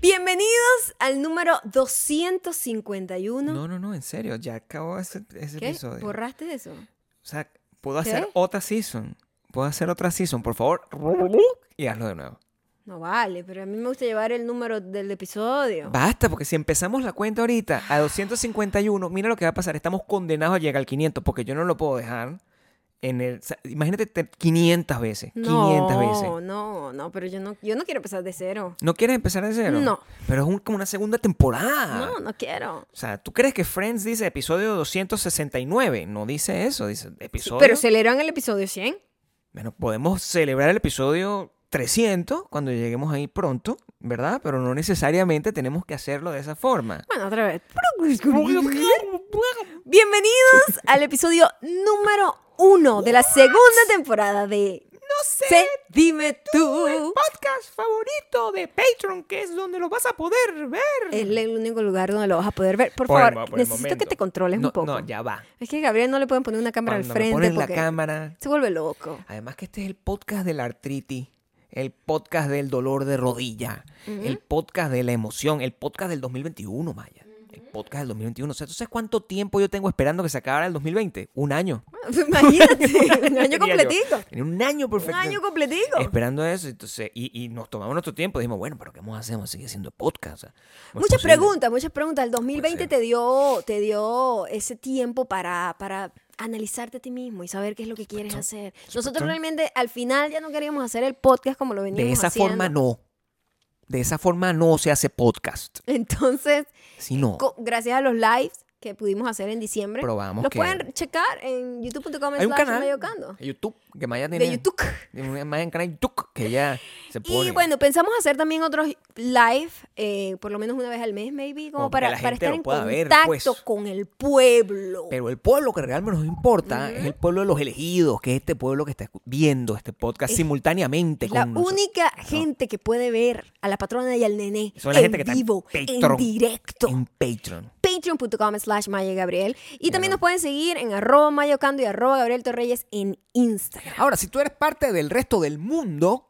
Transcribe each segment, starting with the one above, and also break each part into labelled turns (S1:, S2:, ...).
S1: Bienvenidos al número 251.
S2: No, no, no, en serio, ya acabó ese, ese
S1: ¿Qué?
S2: episodio.
S1: ¿Borraste eso?
S2: O sea, puedo hacer
S1: ¿Qué?
S2: otra season. Puedo hacer otra season, por favor. Y hazlo de nuevo.
S1: No vale, pero a mí me gusta llevar el número del episodio.
S2: Basta, porque si empezamos la cuenta ahorita a 251, mira lo que va a pasar. Estamos condenados a llegar al 500 porque yo no lo puedo dejar. En el, o sea, imagínate te- 500 veces. 500 veces.
S1: No, no, no, pero yo no, yo no quiero empezar de cero.
S2: ¿No quieres empezar de cero?
S1: No.
S2: Pero es un- como una segunda temporada.
S1: No, no quiero.
S2: O sea, ¿tú crees que Friends dice episodio 269? No dice eso, dice episodio.
S1: Pero celebran el episodio 100.
S2: Bueno, podemos celebrar el episodio 300 cuando lleguemos ahí pronto, ¿verdad? Pero no necesariamente tenemos que hacerlo de esa forma.
S1: Bueno, otra vez. Bienvenidos al episodio número uno de la segunda temporada de
S2: No sé,
S1: Se Dime Tú.
S2: podcast favorito de Patreon, que es donde lo vas a poder ver.
S1: Es el único lugar donde lo vas a poder ver. Por,
S2: Por el
S1: favor,
S2: mo- por el
S1: necesito que
S2: momento.
S1: te controles
S2: no,
S1: un poco.
S2: no, ya va.
S1: Es que a Gabriel no le pueden poner una cámara
S2: Cuando
S1: al
S2: me
S1: frente
S2: pones la
S1: porque
S2: cámara.
S1: se vuelve loco.
S2: Además que este es el podcast de la artritis, el podcast del dolor de rodilla, el podcast de la emoción, el podcast del 2021, Maya. El podcast del 2021. O sea, ¿tú sabes cuánto tiempo yo tengo esperando que se acabara el 2020? Un año.
S1: Imagínate, un año
S2: Tenía yo.
S1: completico.
S2: Tenía un año
S1: Un
S2: perfecto.
S1: año completico.
S2: Esperando eso, entonces, y, y nos tomamos nuestro tiempo. Dijimos, bueno, pero ¿qué más hacemos? Sigue siendo podcast. o sea, ¿cómo es
S1: Muchas
S2: pues posible?
S1: preguntas, muchas preguntas. El 2020
S2: ser.
S1: te dio, te dio ese tiempo para, para analizarte a ti mismo y saber qué es lo que quieres hacer. Nosotros realmente al final ya no queríamos hacer el podcast como lo veníamos
S2: De esa
S1: haciendo.
S2: forma no. De esa forma no se hace podcast.
S1: Entonces,
S2: Sino
S1: co- gracias a los lives que pudimos hacer en diciembre,
S2: probamos
S1: los
S2: que
S1: pueden checar en youtube.com
S2: hay un canal
S1: mayocando.
S2: de YouTube que Maya tiene.
S1: De YouTube.
S2: tiene una- Maya en canal de YouTube que ya se pone.
S1: Y bueno, pensamos hacer también otros live, eh, por lo menos una vez al mes, maybe, como,
S2: Como para
S1: para,
S2: que la
S1: para
S2: gente
S1: estar
S2: lo
S1: en
S2: pueda ver,
S1: contacto
S2: pues.
S1: con el pueblo.
S2: Pero el pueblo que realmente nos importa es el pueblo de los elegidos, que es este pueblo que está escu- viendo este podcast
S1: Es-
S2: simultáneamente
S1: Es la
S2: con nosotros.
S1: única gente que puede ver a la patrona y al nené
S2: Son la
S1: en
S2: gente que está en
S1: vivo, en
S2: Patreon.
S1: directo.
S2: en Patreon.
S1: Patreon.com slash Maya Gabriel. Y también nos pueden seguir en arroba mayocando y arroba Gabriel Torreyes en Instagram.
S2: Ahora, si tú eres parte del resto del mundo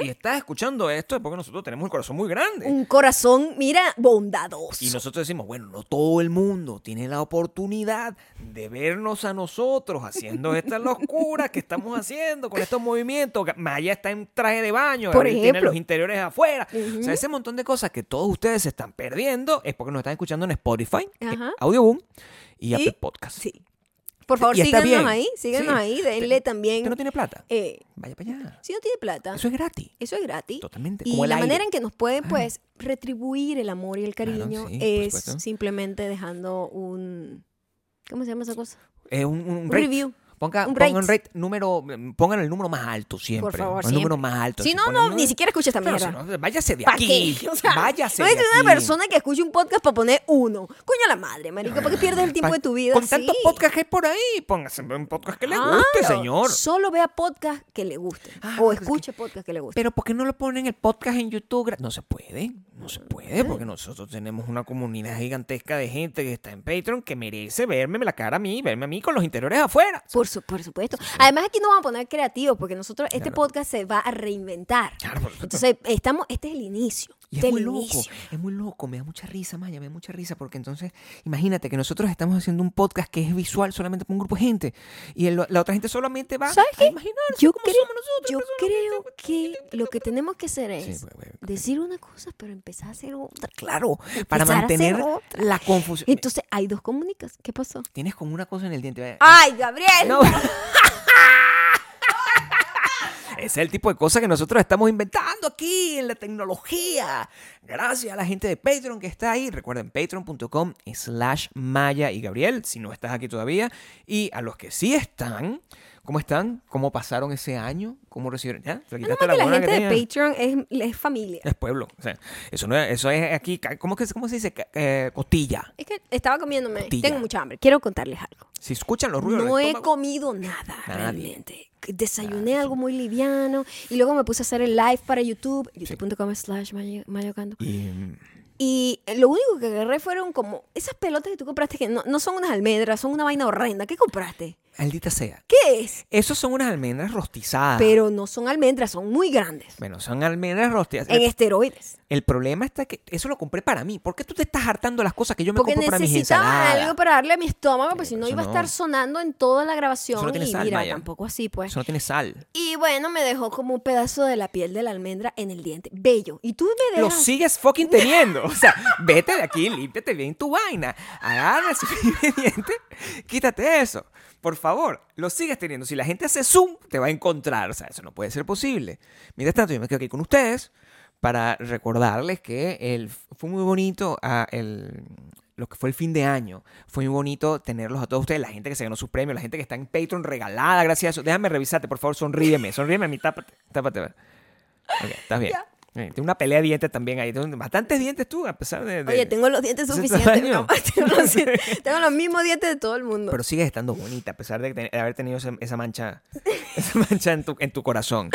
S2: y estás escuchando esto, es porque nosotros tenemos el corazón muy grande.
S1: Un corazón, mira, bondadoso.
S2: Y nosotros decimos, bueno, no todo el mundo tiene la oportunidad de vernos a nosotros haciendo estas locuras que estamos haciendo con estos movimientos. Maya está en traje de baño,
S1: Por
S2: Gabriel tiene
S1: ejemplo.
S2: los interiores afuera. O sea, ese montón de cosas que todos ustedes se están perdiendo es porque nos están escuchando en Spotify,
S1: Ajá.
S2: Audioboom y, Apple Podcast.
S1: Sí. Por favor,
S2: Y está
S1: síganos
S2: bien.
S1: ahí, síganos
S2: Sí.
S1: ahí, denle
S2: Usted-
S1: también.
S2: ¿Usted no tiene plata?
S1: eh,
S2: Vaya para allá.
S1: si no tiene plata,
S2: Eso es gratis.
S1: Eso es gratis.
S2: Totalmente,
S1: Ah. Y
S2: como el
S1: la
S2: aire. Ah.
S1: manera en que nos puede, pues, retribuir el amor y el cariño
S2: sí, por
S1: es
S2: supuesto.
S1: simplemente dejando un. ¿Cómo se llama esa cosa?
S2: Eh, un, un
S1: Un
S2: rate.
S1: review.
S2: Ponga,
S1: Un
S2: ponga
S1: rate.
S2: un rate número, pongan el número más alto siempre.
S1: Por favor,
S2: El
S1: siempre.
S2: número más alto.
S1: Si no,
S2: ponen
S1: no,
S2: un-
S1: ni siquiera escucha esta
S2: No,
S1: mierda.
S2: si no, váyase de
S1: ¿Para
S2: aquí.
S1: qué? O sea,
S2: váyase
S1: no
S2: de
S1: es
S2: aquí.
S1: una persona que escucha un podcast para poner uno. Coño la madre, marico, ¿por qué pierdes el tiempo
S2: Pa-
S1: de tu vida
S2: Con
S1: así?
S2: tantos podcasts que hay por ahí, póngase un podcast que le guste,
S1: Claro.
S2: señor.
S1: Solo vea podcast que le guste.
S2: Ah,
S1: o
S2: pues es
S1: escuche podcast que le guste.
S2: Pero ¿por qué no lo ponen el podcast en YouTube? gra- No se puede, no se puede, porque nosotros tenemos una comunidad gigantesca de gente que está en Patreon que merece verme la cara a mí, verme a mí con los interiores afuera.
S1: Por, su- por supuesto. Además aquí nos vamos a poner creativos porque nosotros este podcast se va a reinventar.
S2: Claro, por supuesto.
S1: Entonces, estamos, este es el inicio.
S2: Y
S1: este
S2: es muy
S1: el
S2: loco,
S1: inicio.
S2: es muy loco, me da mucha risa, Maya, me da mucha risa, porque entonces, imagínate que nosotros estamos haciendo un podcast que es visual solamente para un grupo de gente, y el- la otra gente solamente va
S1: ¿Sabes
S2: a
S1: qué?
S2: imaginarse
S1: Yo
S2: cómo
S1: creo,
S2: somos nosotros.
S1: yo
S2: personas
S1: creo
S2: que-
S1: que lo que tenemos que hacer
S2: Sí,
S1: es
S2: pues, güey,
S1: decir una cosa, pero empezar a hacer otra.
S2: Claro, para
S1: Empezar a hacer
S2: mantener
S1: otra.
S2: la confusión.
S1: Entonces, hay dos comunicas. ¿Qué pasó?
S2: Tienes como una cosa en el diente. vaya.
S1: ¡Ay, Gabriel!
S2: No. Ese es el tipo de cosas que nosotros estamos inventando aquí en la tecnología. Gracias a la gente de Patreon que está ahí. Recuerden, patreon.com slash Maya y Gabriel, si no estás aquí todavía. Y a los que sí están, ¿cómo están? ¿Cómo pasaron ese año? ¿Cómo recibieron? ¿Ya? ¿Te
S1: Menos
S2: quitaste
S1: mal que la
S2: buena
S1: gente
S2: que Eh.
S1: de
S2: tenías?
S1: Patreon es, es familia.
S2: Es pueblo. O sea, eso, no es, eso es aquí. ca- ¿Cómo, que, se- cómo se dice? Ca- eh, costilla.
S1: Es que estaba comiéndome.
S2: Costilla.
S1: Tengo mucha hambre. Quiero contarles algo.
S2: Si escuchan los ruidos.
S1: No
S2: del
S1: he
S2: estómago-
S1: comido nada
S2: Nadie.
S1: realmente. Desayuné algo muy liviano y luego me puse a hacer el live para YouTube, youtube.com slash mayo- mayocando.
S2: Y, mm,
S1: Y lo único que agarré fueron como esas pelotas que tú compraste que no, no son unas almendras, son una vaina horrenda. ¿Qué compraste?
S2: Maldita sea.
S1: ¿Qué es?
S2: Esos son unas almendras rostizadas.
S1: Pero no son almendras, son muy grandes.
S2: Ah. Bueno, son almendras rostizadas.
S1: En
S2: El,
S1: esteroides.
S2: el problema está que eso lo compré para mí. ¿Por qué tú te estás hartando las cosas que yo me
S1: Porque
S2: compro para mis
S1: necesitaba
S2: ensaladas?
S1: algo para darle a mi estómago, pues si
S2: pero
S1: no
S2: eso
S1: iba a
S2: no.
S1: estar sonando en toda la grabación.
S2: Eso no tiene
S1: y
S2: sal,
S1: mira,
S2: Maya.
S1: tampoco así, pues.
S2: Eso no tiene sal.
S1: Y bueno, me dejó como un pedazo de la piel de la almendra en el diente. Bello. Y tú me
S2: Lo
S1: dejas.
S2: sigues fucking teniendo. O sea, vete de aquí, límpiate bien tu vaina. Agarra ese ingrediente, quítate eso. Por favor, lo sigues teniendo. Si la gente hace zoom, te va a encontrar. O sea, eso no puede ser posible. Mientras tanto, yo me quedo aquí con ustedes para recordarles que el, fue muy bonito ah, el, lo que fue el fin de año. Fue muy bonito tenerlos a todos ustedes, la gente que se ganó sus premios, la gente que está en Patreon regalada gracias a eso. Déjame revisarte, por favor, sonríeme, sonríeme a mí, tápate, tápate. Ok, estás bien.
S1: Ya.
S2: Eh, Tengo una pelea de dientes también ahí. Tengo bastantes dientes tú, a pesar de. de-
S1: Oye, tengo los dientes
S2: ¿Ese
S1: suficientes.
S2: tamaño?
S1: ¿no? tengo, los, dientes- tengo los mismos dientes de todo el mundo.
S2: Pero sigues estando bonita, a pesar de, te- de haber tenido esa, esa mancha, esa mancha en tu, en tu corazón.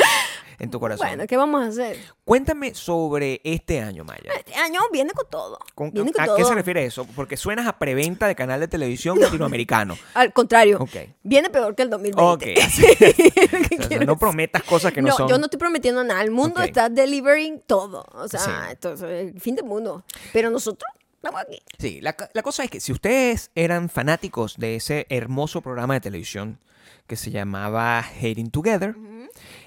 S2: En tu corazón.
S1: bueno, ¿qué vamos a hacer?
S2: Cuéntame sobre este año, Maya.
S1: Este año viene con todo.
S2: ¿Con-
S1: viene con
S2: ¿A
S1: todo.
S2: qué se refiere eso? Porque suenas a preventa de canal de televisión latinoamericano.
S1: Al contrario.
S2: Ok.
S1: Viene peor que el 2020.
S2: Ok. así.
S1: ¿Qué
S2: O sea,
S1: quiero
S2: no
S1: decir?
S2: prometas cosas que no,
S1: no,
S2: son.
S1: yo no estoy prometiendo nada. El mundo
S2: Ok.
S1: está delivering todo. O sea,
S2: Sí.
S1: esto es el fin del mundo. Pero nosotros estamos aquí.
S2: Sí, la, co- la cosa es que si ustedes eran fanáticos de ese hermoso programa de televisión que se llamaba Hating Together,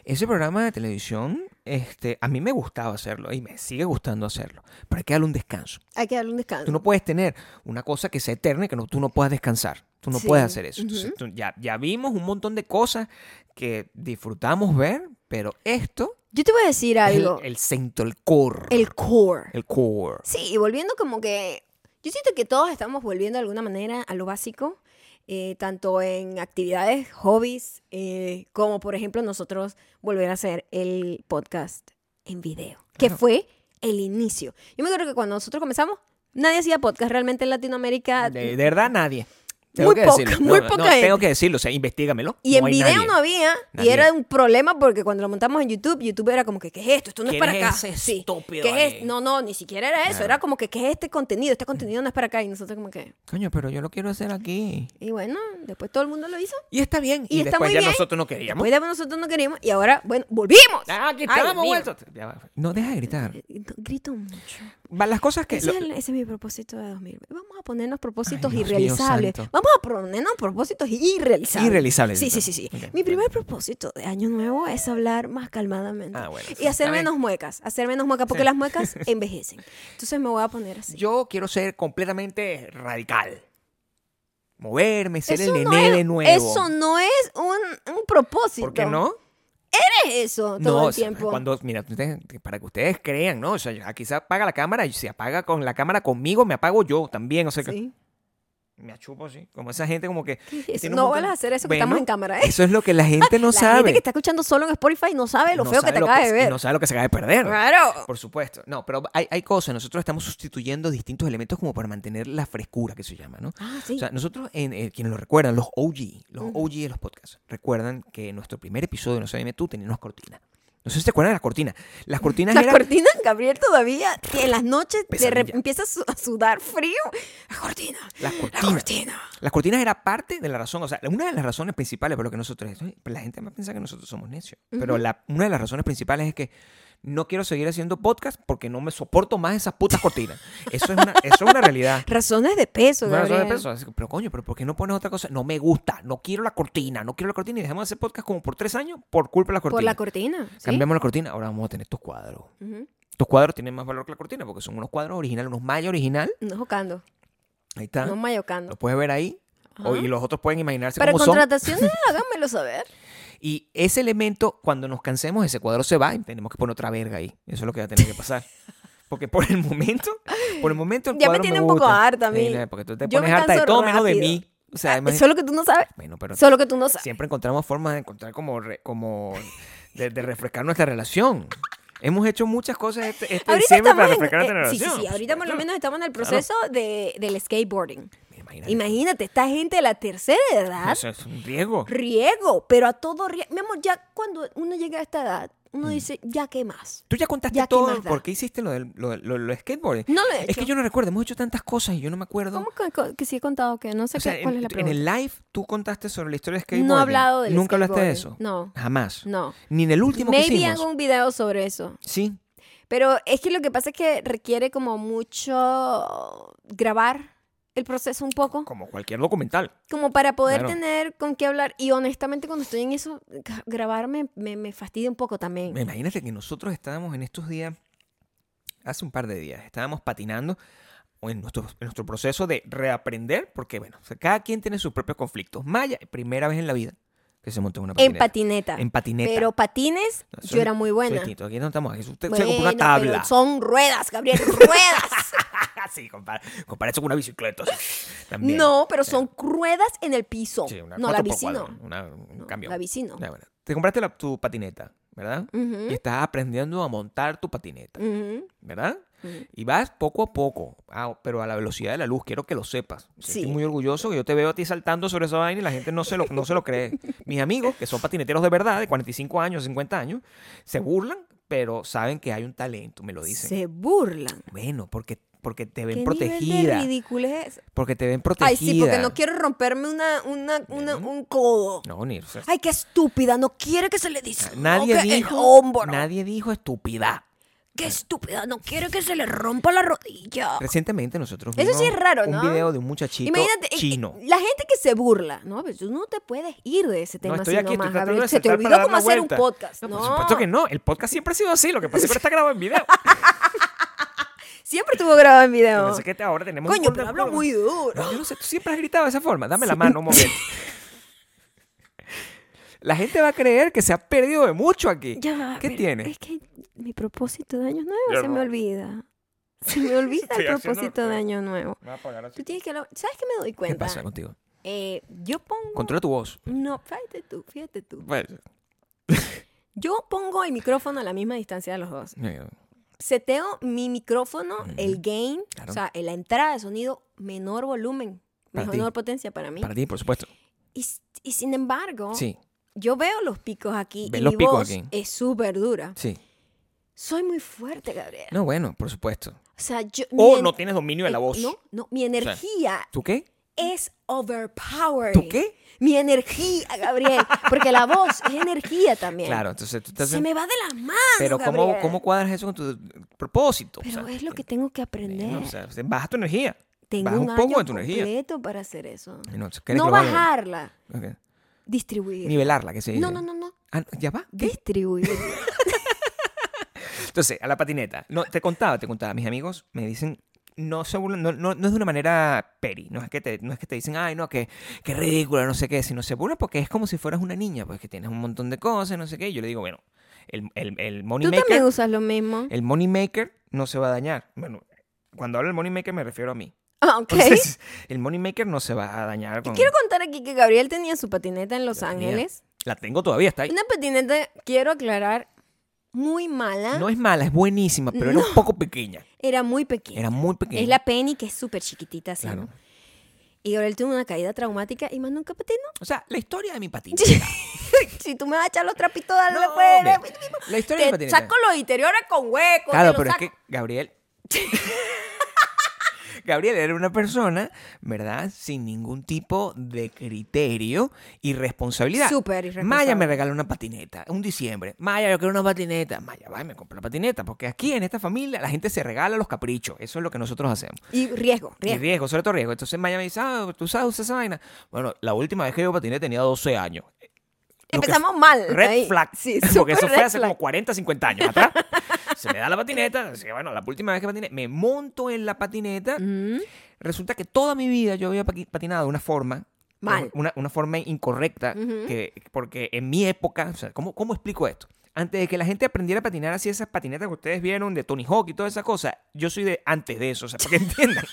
S2: ese programa de televisión, este, a mí me gustaba hacerlo y me sigue gustando hacerlo, pero hay que darle un descanso.
S1: Hay que darle un descanso.
S2: Tú no puedes tener una cosa que sea eterna y que no, tú no puedas descansar. Tú no
S1: Sí,
S2: puedes hacer eso. Entonces, tú- ya, ya vimos un montón de cosas que disfrutamos ver, pero esto
S1: Yo te voy a decir
S2: es el,
S1: algo.
S2: el centro, el core.
S1: el, core.
S2: el core.
S1: Sí, y volviendo como que... Yo siento que todos estamos volviendo de alguna manera a lo básico, eh, tanto en actividades, hobbies, eh, como por ejemplo nosotros volver a hacer el podcast en video, que
S2: Claro.
S1: fue el inicio. Yo me acuerdo que cuando nosotros comenzamos, nadie hacía podcast realmente en Latinoamérica.
S2: De, de verdad, nadie.
S1: Ah, Muy poca- muy
S2: No,
S1: poca
S2: no, tengo
S1: gente.
S2: que decirlo, o sea, investigamelo.
S1: Y en video no había,
S2: Nadie.
S1: y era un problema porque cuando lo montamos en YouTube, YouTube era como que, ¿qué es esto? Esto no es
S2: ¿Quién
S1: para
S2: es
S1: acá.
S2: ese
S1: Sí.
S2: estúpido
S1: ¿Qué es
S2: ahí?
S1: esto? No, no, ni siquiera era eso.
S2: Claro.
S1: Era como que, ¿qué es este contenido? Este contenido no es para acá. Y nosotros como que,
S2: Coño, pero yo lo quiero hacer aquí.
S1: y bueno, después todo el mundo lo hizo.
S2: Y está bien.
S1: Y
S2: Y,
S1: está
S2: después
S1: muy
S2: ya
S1: bien.
S2: nosotros no queríamos.
S1: Después de nosotros no queríamos y ahora, bueno, volvimos.
S2: Ah, aquí
S1: Ay,
S2: estamos,
S1: Dios mío.
S2: vueltos. Ya va. No, deja de gritar.
S1: Eh, no, Grito mucho.
S2: Va, Las cosas que...
S1: Ese,
S2: lo-
S1: es el- ese es mi propósito de 2000. Vamos a ponernos propósitos
S2: Dios mío,
S1: irrealizables.
S2: santo.
S1: Vamos a ponernos propósitos irrealizables.
S2: Irrealizables,
S1: Sí, sí, sí.
S2: dices.
S1: sí.
S2: Ok.
S1: Mi primer propósito de año nuevo es hablar más calmadamente.
S2: Ah, bueno, sí,
S1: y hacer
S2: está bien.
S1: menos muecas. Hacer menos muecas porque las muecas envejecen. Entonces me voy a poner así.
S2: Yo quiero ser completamente radical. Moverme, ser el
S1: no
S2: nené
S1: es-
S2: de nuevo.
S1: eso no es un, un propósito.
S2: ¿Por qué no?
S1: ¿Qué es eso todo
S2: No, o
S1: el
S2: sea,
S1: tiempo?
S2: cuando, mira, ustedes- para que ustedes crean, ¿no? O sea, aquí se apaga la cámara y se apaga con la cámara conmigo, me apago yo también. O sea, que
S1: Sí.
S2: me achupo así. Como esa gente como que...
S1: ¿Qué es eso?
S2: tiene un
S1: No
S2: montón-
S1: vuelvas a hacer eso que
S2: Bueno,
S1: estamos en cámara. ¿eh?
S2: Eso es lo que la gente no
S1: La
S2: sabe.
S1: gente que está escuchando solo en Spotify no sabe lo
S2: No
S1: feo
S2: sabe
S1: que te
S2: lo
S1: acaba de
S2: y
S1: ver.
S2: No sabe lo que se acaba de perder.
S1: Claro.
S2: Por supuesto. No, pero hay, hay cosas. Nosotros estamos sustituyendo distintos elementos como para mantener la frescura que se llama, ¿no?
S1: Ah, sí.
S2: O sea, nosotros, en, eh, quienes lo recuerdan, los OG, los
S1: Ujú.
S2: OG de los podcasts, recuerdan que nuestro primer episodio de No sé, dime tú teníamos cortinas. No sé si se acuerdan de las cortinas. Las cortinas
S1: La
S2: eran...
S1: cortina, Gabriel todavía en las noches de
S2: Pesadilla.
S1: rep- empieza a su- a sudar frío. La cortina.
S2: Las
S1: La
S2: cortinas.
S1: cortina.
S2: Las cortinas era parte de la razón, o sea, una de las razones principales por lo que nosotros, eh, la gente va a pensar que nosotros somos necios, pero la, una de las razones principales es que no quiero seguir haciendo podcast porque no me soporto más esas putas cortinas. Eso es una, eso es una realidad.
S1: Razones de peso,
S2: Una razón de
S1: Gabriel.
S2: peso. Así que, Pero coño, pero ¿por qué no pones otra cosa? No me gusta, no quiero la cortina, no quiero la cortina y dejamos de hacer podcast como por tres años por culpa de la cortina.
S1: Por la cortina. ¿sí?
S2: Cambiamos la cortina, ahora vamos a tener estos cuadros.
S1: Ujú.
S2: Estos cuadros tienen más valor que la cortina porque son unos cuadros originales, unos maya original.
S1: No jocando.
S2: Ahí está.
S1: No
S2: Lo
S1: mayocando.
S2: puedes ver ahí. O-
S1: Ajá.
S2: y los otros pueden imaginarse
S1: Para
S2: cómo son.
S1: contrataciones, háganmelo saber.
S2: Y ese elemento, cuando nos cansemos, ese cuadro se va y tenemos que poner otra verga ahí. Eso es lo que va a tener que pasar. Porque por el momento, por el momento el
S1: Ya me
S2: cuadro
S1: tiene
S2: me
S1: un poco
S2: gusta.
S1: harta a mí.
S2: Sí, no, porque tú te
S1: Yo me
S2: pones harta de
S1: canso
S2: todo menos de
S1: rápido. Ah,
S2: mí. O sea, imagínate-
S1: Solo que tú no sabes.
S2: Bueno, pero
S1: Solo que tú no sabes.
S2: siempre encontramos formas de encontrar como, re- como de, de refrescar nuestra relación. Hemos hecho muchas cosas este, este
S1: Ahorita
S2: diciembre
S1: estamos
S2: para
S1: en,
S2: refrescar nuestra
S1: eh, sí, sí,
S2: relación.
S1: sí, ahorita por lo menos estamos en el proceso de, del skateboarding.
S2: Mira, imagínate.
S1: Imagínate, esta gente de la tercera edad
S2: Eso es un riesgo.
S1: riego, pero a todo riego. Mi amor, ya cuando uno llega a esta edad,
S2: Mm.
S1: uno dice, ¿ya qué más?
S2: Tú ya contaste
S1: Ya, ¿qué
S2: todo
S1: más da?
S2: por qué hiciste lo del lo, lo- lo skateboarding.
S1: No lo he hecho.
S2: Es que yo no recuerdo, hemos hecho tantas cosas y yo no me acuerdo.
S1: ¿Cómo que, co- que sí he contado que no sé
S2: O sea,
S1: qué- cuál es
S2: en,
S1: la
S2: en
S1: pregunta?
S2: el live tú contaste sobre la historia de skateboarding.
S1: no he hablado del
S2: Nunca hablaste de eso.
S1: skateboarding. No,
S2: Jamás.
S1: no.
S2: Ni en el último que
S1: Maybe
S2: hicimos.
S1: hago un video sobre eso.
S2: Sí.
S1: Pero es que lo que pasa es que requiere como mucho grabar el proceso un poco,
S2: Como cualquier documental.
S1: como para poder
S2: Claro.
S1: tener con qué hablar. Y honestamente cuando estoy en eso, g- grabar me, me, me fastidia un poco también.
S2: Imagínate que nosotros estábamos en estos días, hace un par de días, estábamos patinando o en nuestro, en nuestro proceso de reaprender, porque bueno, o sea, cada quien tiene sus propios conflictos. Maya, primera vez en la vida que se montó en una
S1: en
S2: patineta.
S1: patineta.
S2: En patineta.
S1: Pero patines,
S2: No, eso
S1: yo
S2: es-
S1: era muy
S2: Eso es
S1: buena.
S2: distinto. Aquí no estamos. Aquí usted se
S1: Bueno,
S2: compró una tabla.
S1: pero son ruedas, Gabriel, ruedas.
S2: sí, compara, compara eso con una bicicleta. sí. También.
S1: no, pero son ruedas en el piso.
S2: Sí, una
S1: Oh, no, la
S2: 4x4,
S1: bici no.
S2: una- un
S1: No,
S2: camión.
S1: La bici no.
S2: Ya, bueno. Te compraste la- tu patineta, ¿verdad?
S1: Ujú,
S2: Y estás aprendiendo a montar tu patineta,
S1: ujú,
S2: ¿verdad?
S1: ujú.
S2: Y vas poco a poco, ah, pero a la velocidad de la luz, quiero que lo sepas.
S1: Sí.
S2: Estoy muy orgulloso que yo te veo a ti saltando sobre esa vaina y la gente no se lo, no se lo cree. Mis amigos, que son patineteros de verdad, de 45 años, 50 años, se burlan, pero saben que hay un talento, me lo dicen.
S1: Se burlan.
S2: Bueno, porque, porque te ven
S1: ¿Qué nivel de
S2: protegida.
S1: ridiculez?
S2: Porque te ven protegida.
S1: Ay, sí, porque no quiero romperme una, una, una-
S2: Bueno.
S1: un codo.
S2: No, ni. o sea,
S1: Ay, qué estúpida, no quiere que se le disloque
S2: nadie
S1: el
S2: dijo.
S1: hombro.
S2: Nadie dijo estupidez.
S1: Qué estúpida, no quiere que se le rompa la rodilla.
S2: Recientemente nosotros
S1: Oh. Eso
S2: vimos
S1: sí es raro, ¿no?
S2: un video de un muchachito
S1: Imagínate, eh,
S2: chino.
S1: eh, la gente que se burla, ¿no? Pero tú no te puedes ir de ese tema
S2: estoy
S1: así
S2: aquí, estoy
S1: nomás,
S2: tratando
S1: Gabriel.
S2: de
S1: Se te
S2: saltar
S1: olvidó
S2: para dar
S1: cómo
S2: la
S1: hacer un
S2: vuelta.
S1: podcast, ¿no?
S2: No, por supuesto que no. El podcast siempre ha sido así. Lo que pasa es que ahora está grabado en video.
S1: Siempre estuvo grabado en
S2: Lo que
S1: video.
S2: pasa es que ahora tenemos.
S1: Coño,
S2: un
S1: pero
S2: podcast-
S1: hablo muy duro.
S2: No, yo no sé, tú siempre has gritado de esa forma. Dame la mano un momento. La gente va a creer que se ha perdido de mucho aquí.
S1: Ya va,
S2: ¿Qué
S1: pero
S2: tiene?
S1: Es que mi propósito de año nuevo
S2: Ya
S1: se
S2: no.
S1: me olvida. Se me olvida
S2: Estoy
S1: el
S2: haciendo-
S1: propósito de año nuevo. Tú tienes que hablar- ¿Sabes qué me doy
S2: ¿Qué
S1: cuenta?
S2: pasa contigo?
S1: Eh, yo pongo.
S2: Controla tu voz. Pues, eh,
S1: No, fíjate tú, fíjate tú.
S2: Bueno,
S1: Yo pongo el micrófono a la misma distancia de los dos.
S2: mira,
S1: Seteo mi micrófono, el gain,
S2: Claro.
S1: o sea, en la entrada de sonido, menor volumen,
S2: Para ti.
S1: menor potencia para mí.
S2: Para ti, por supuesto.
S1: Y, s- y sin embargo,
S2: Sí,
S1: yo veo los picos aquí
S2: Ve
S1: y
S2: los
S1: mi
S2: picos
S1: voz
S2: aquí.
S1: es súper dura.
S2: sí.
S1: Soy muy fuerte, Gabriel.
S2: No, bueno, por supuesto.
S1: O sea, yo...
S2: O
S1: mi
S2: no
S1: en-
S2: tienes dominio de la
S1: eh,
S2: voz.
S1: No, no, mi energía
S2: ¿Tú qué?
S1: es overpowering.
S2: ¿Tú qué?
S1: Mi energía, Gabriel, porque la voz es energía también.
S2: Claro, entonces tú estás
S1: Se
S2: en-
S1: me va de las manos,
S2: Pero ¿cómo,
S1: Gabriel.
S2: ¿cómo cuadras eso con tu propósito? O
S1: Pero
S2: sea,
S1: es lo que tengo que aprender.
S2: no, o sea, se- baja tu energía.
S1: Tengo
S2: baja
S1: un,
S2: un poco
S1: año
S2: de tu energía.
S1: completo para hacer eso.
S2: Y No, se- ¿quieres
S1: No
S2: que lo baje?
S1: bajarla,
S2: Ok.
S1: distribuir.
S2: Nivelarla, que se dice.
S1: No, no, no, no,
S2: Ah, no, ya va.
S1: distribuir.
S2: Entonces, a la patineta. No, te contaba, te contaba. Mis amigos me dicen, no, se burlan- no, no, no es de una manera peri. No es que te, no es que te dicen, ay, no, que, que ridícula, no sé qué. Sino se burlan porque es como si fueras una niña, pues que tienes un montón de cosas, no sé qué. Y yo le digo, bueno, el, el, el money
S1: Tú
S2: maker.
S1: también usas lo mismo.
S2: El money maker no se va a dañar. Bueno, cuando hablo del money maker me refiero a mí.
S1: Ah, ok.
S2: Entonces, el money maker no se va a dañar con...
S1: Quiero contar aquí que Gabriel tenía su patineta en Los
S2: La tenía.
S1: Ángeles.
S2: La tengo todavía, está ahí.
S1: Una patineta, quiero aclarar, muy mala.
S2: No es mala, es buenísima, pero era un poco pequeña.
S1: Era muy pequeña.
S2: Era muy pequeña.
S1: Es la Penny, que es súper chiquitita, así,
S2: Claro.
S1: ¿no? Y Gabriel tuvo una caída traumática y más nunca patinó.
S2: O sea, la historia de mi patineta.
S1: si tú me vas a echar los trapitos, dale afuera.
S2: mira, la historia de
S1: pues,
S2: mi
S1: Te
S2: patineta.
S1: saco los interiores con huecos.
S2: claro,
S1: te los
S2: pero es
S1: saco.
S2: que Gabriel... Gabriel era una persona, ¿verdad? Sin ningún tipo de criterio y responsabilidad.
S1: Súper irresponsable.
S2: Maya me regaló una patineta, un diciembre. Maya, yo quiero una patineta. Maya, va, y me compró la patineta. Porque aquí en esta familia la gente se regala los caprichos. Eso es lo que nosotros hacemos.
S1: Y riesgo,
S2: Y
S1: riesgo.
S2: riesgo, sobre todo riesgo. Entonces Maya me dice, ah, tú sabes usar esa vaina. Bueno, la última vez que yo patiné tenía 12 años. Lo que-
S1: Empezamos mal.
S2: Red
S1: ahí.
S2: flag.
S1: Sí, súper
S2: porque eso fue
S1: red
S2: hace
S1: flag.
S2: como 40, 50 años atrás. Se me da la patineta. Así que bueno, la última vez que patiné, me monto en la patineta.
S1: Mm.
S2: Resulta que toda mi vida yo había paqui- patinado de una forma. eh,
S1: Mal.
S2: Una, una forma incorrecta. que, porque en mi época, o sea, ¿cómo, ¿cómo explico esto? Antes de que la gente aprendiera a patinar así, esas patinetas que ustedes vieron de Tony Hawk y todas esas cosas, yo soy de antes de eso, o sea, para que entiendan.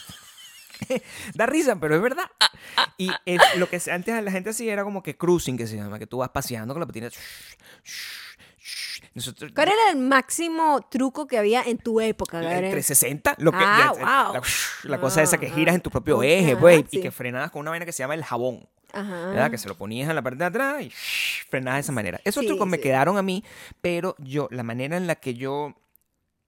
S2: da risa, pero es verdad. Y es- lo que se- antes la gente hacía era como que cruising, que se llama, que tú vas paseando con la patineta. Nosotros,
S1: ¿Cuál era el máximo truco que había en tu época, Gabriel?
S2: entre 60, lo que
S1: Ah,
S2: ya- eh,
S1: wow.
S2: la, la cosa esa que
S1: Ah,
S2: giras en tu propio
S1: ah,
S2: eje, pues, y
S1: sí.
S2: que frenabas con una vaina que se llama el jabón,
S1: Ajá.
S2: ¿verdad? Que se lo ponías en la parte de atrás y frenar de esa manera. Esos
S1: Sí,
S2: trucos me
S1: sí.
S2: quedaron a mí, pero yo, la manera en la que yo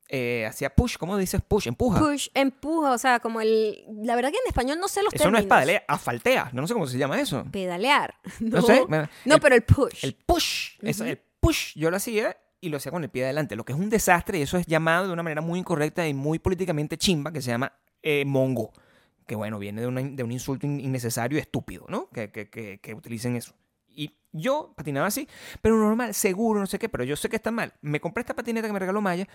S2: eh, hacía push, ¿cómo dices push? Empuja.
S1: Push, empuja, o sea, como el... La verdad que en español no sé los
S2: eso no
S1: términos.
S2: es pedalea, asfaltea. No sé cómo se llama eso.
S1: Pedalear. No,
S2: No sé, me-
S1: No,
S2: el-
S1: pero el push.
S2: El push, eso,
S1: Ujú.
S2: el push, yo lo hacía y lo hacía con el pie de adelante, lo que es un desastre y eso es llamado de una manera muy incorrecta y muy políticamente chimba que se llama eh, mongo, que bueno, viene de, una in- de un insulto in- innecesario y estúpido, ¿no? Que, que- que- que utilicen eso. Y yo patinaba así, pero normal, seguro, no sé qué, pero yo sé que está mal. Me compré esta patineta que me regaló Maya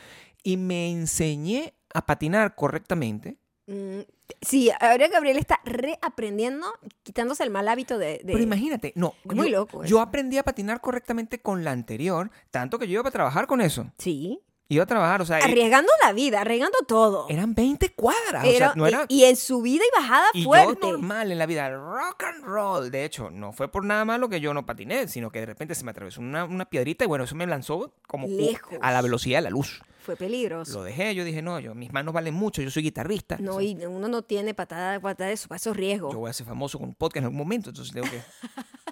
S2: y me enseñé a patinar correctamente.
S1: Mm, sí, ahora Gabriel está reaprendiendo, quitándose el mal hábito de... de-
S2: Pero imagínate, no,
S1: Es muy
S2: yo-
S1: loco
S2: yo
S1: eso.
S2: aprendí a patinar correctamente con la anterior, tanto que yo iba a trabajar con eso.
S1: Sí.
S2: Iba a trabajar, o sea, e-
S1: Arriesgando la vida, arriesgando todo.
S2: eran 20 cuadras, o sea,
S1: Era-
S2: no era...
S1: y, y en subida y bajada
S2: Y yo
S1: fuerte.
S2: normal en la vida, rock and roll. De hecho, no fue por nada malo que yo no patiné, sino que de repente se me atravesó una, una piedrita y bueno, eso me lanzó como cu-
S1: Lejos.
S2: a la velocidad de la luz.
S1: Fue peligroso.
S2: Lo dejé, yo dije, no, yo, mis manos valen mucho, yo soy guitarrista. o
S1: No,
S2: sea,
S1: y uno no tiene patada, patada de su paso
S2: Yo
S1: riesgo.
S2: voy a ser famoso con un podcast en algún momento, entonces tengo que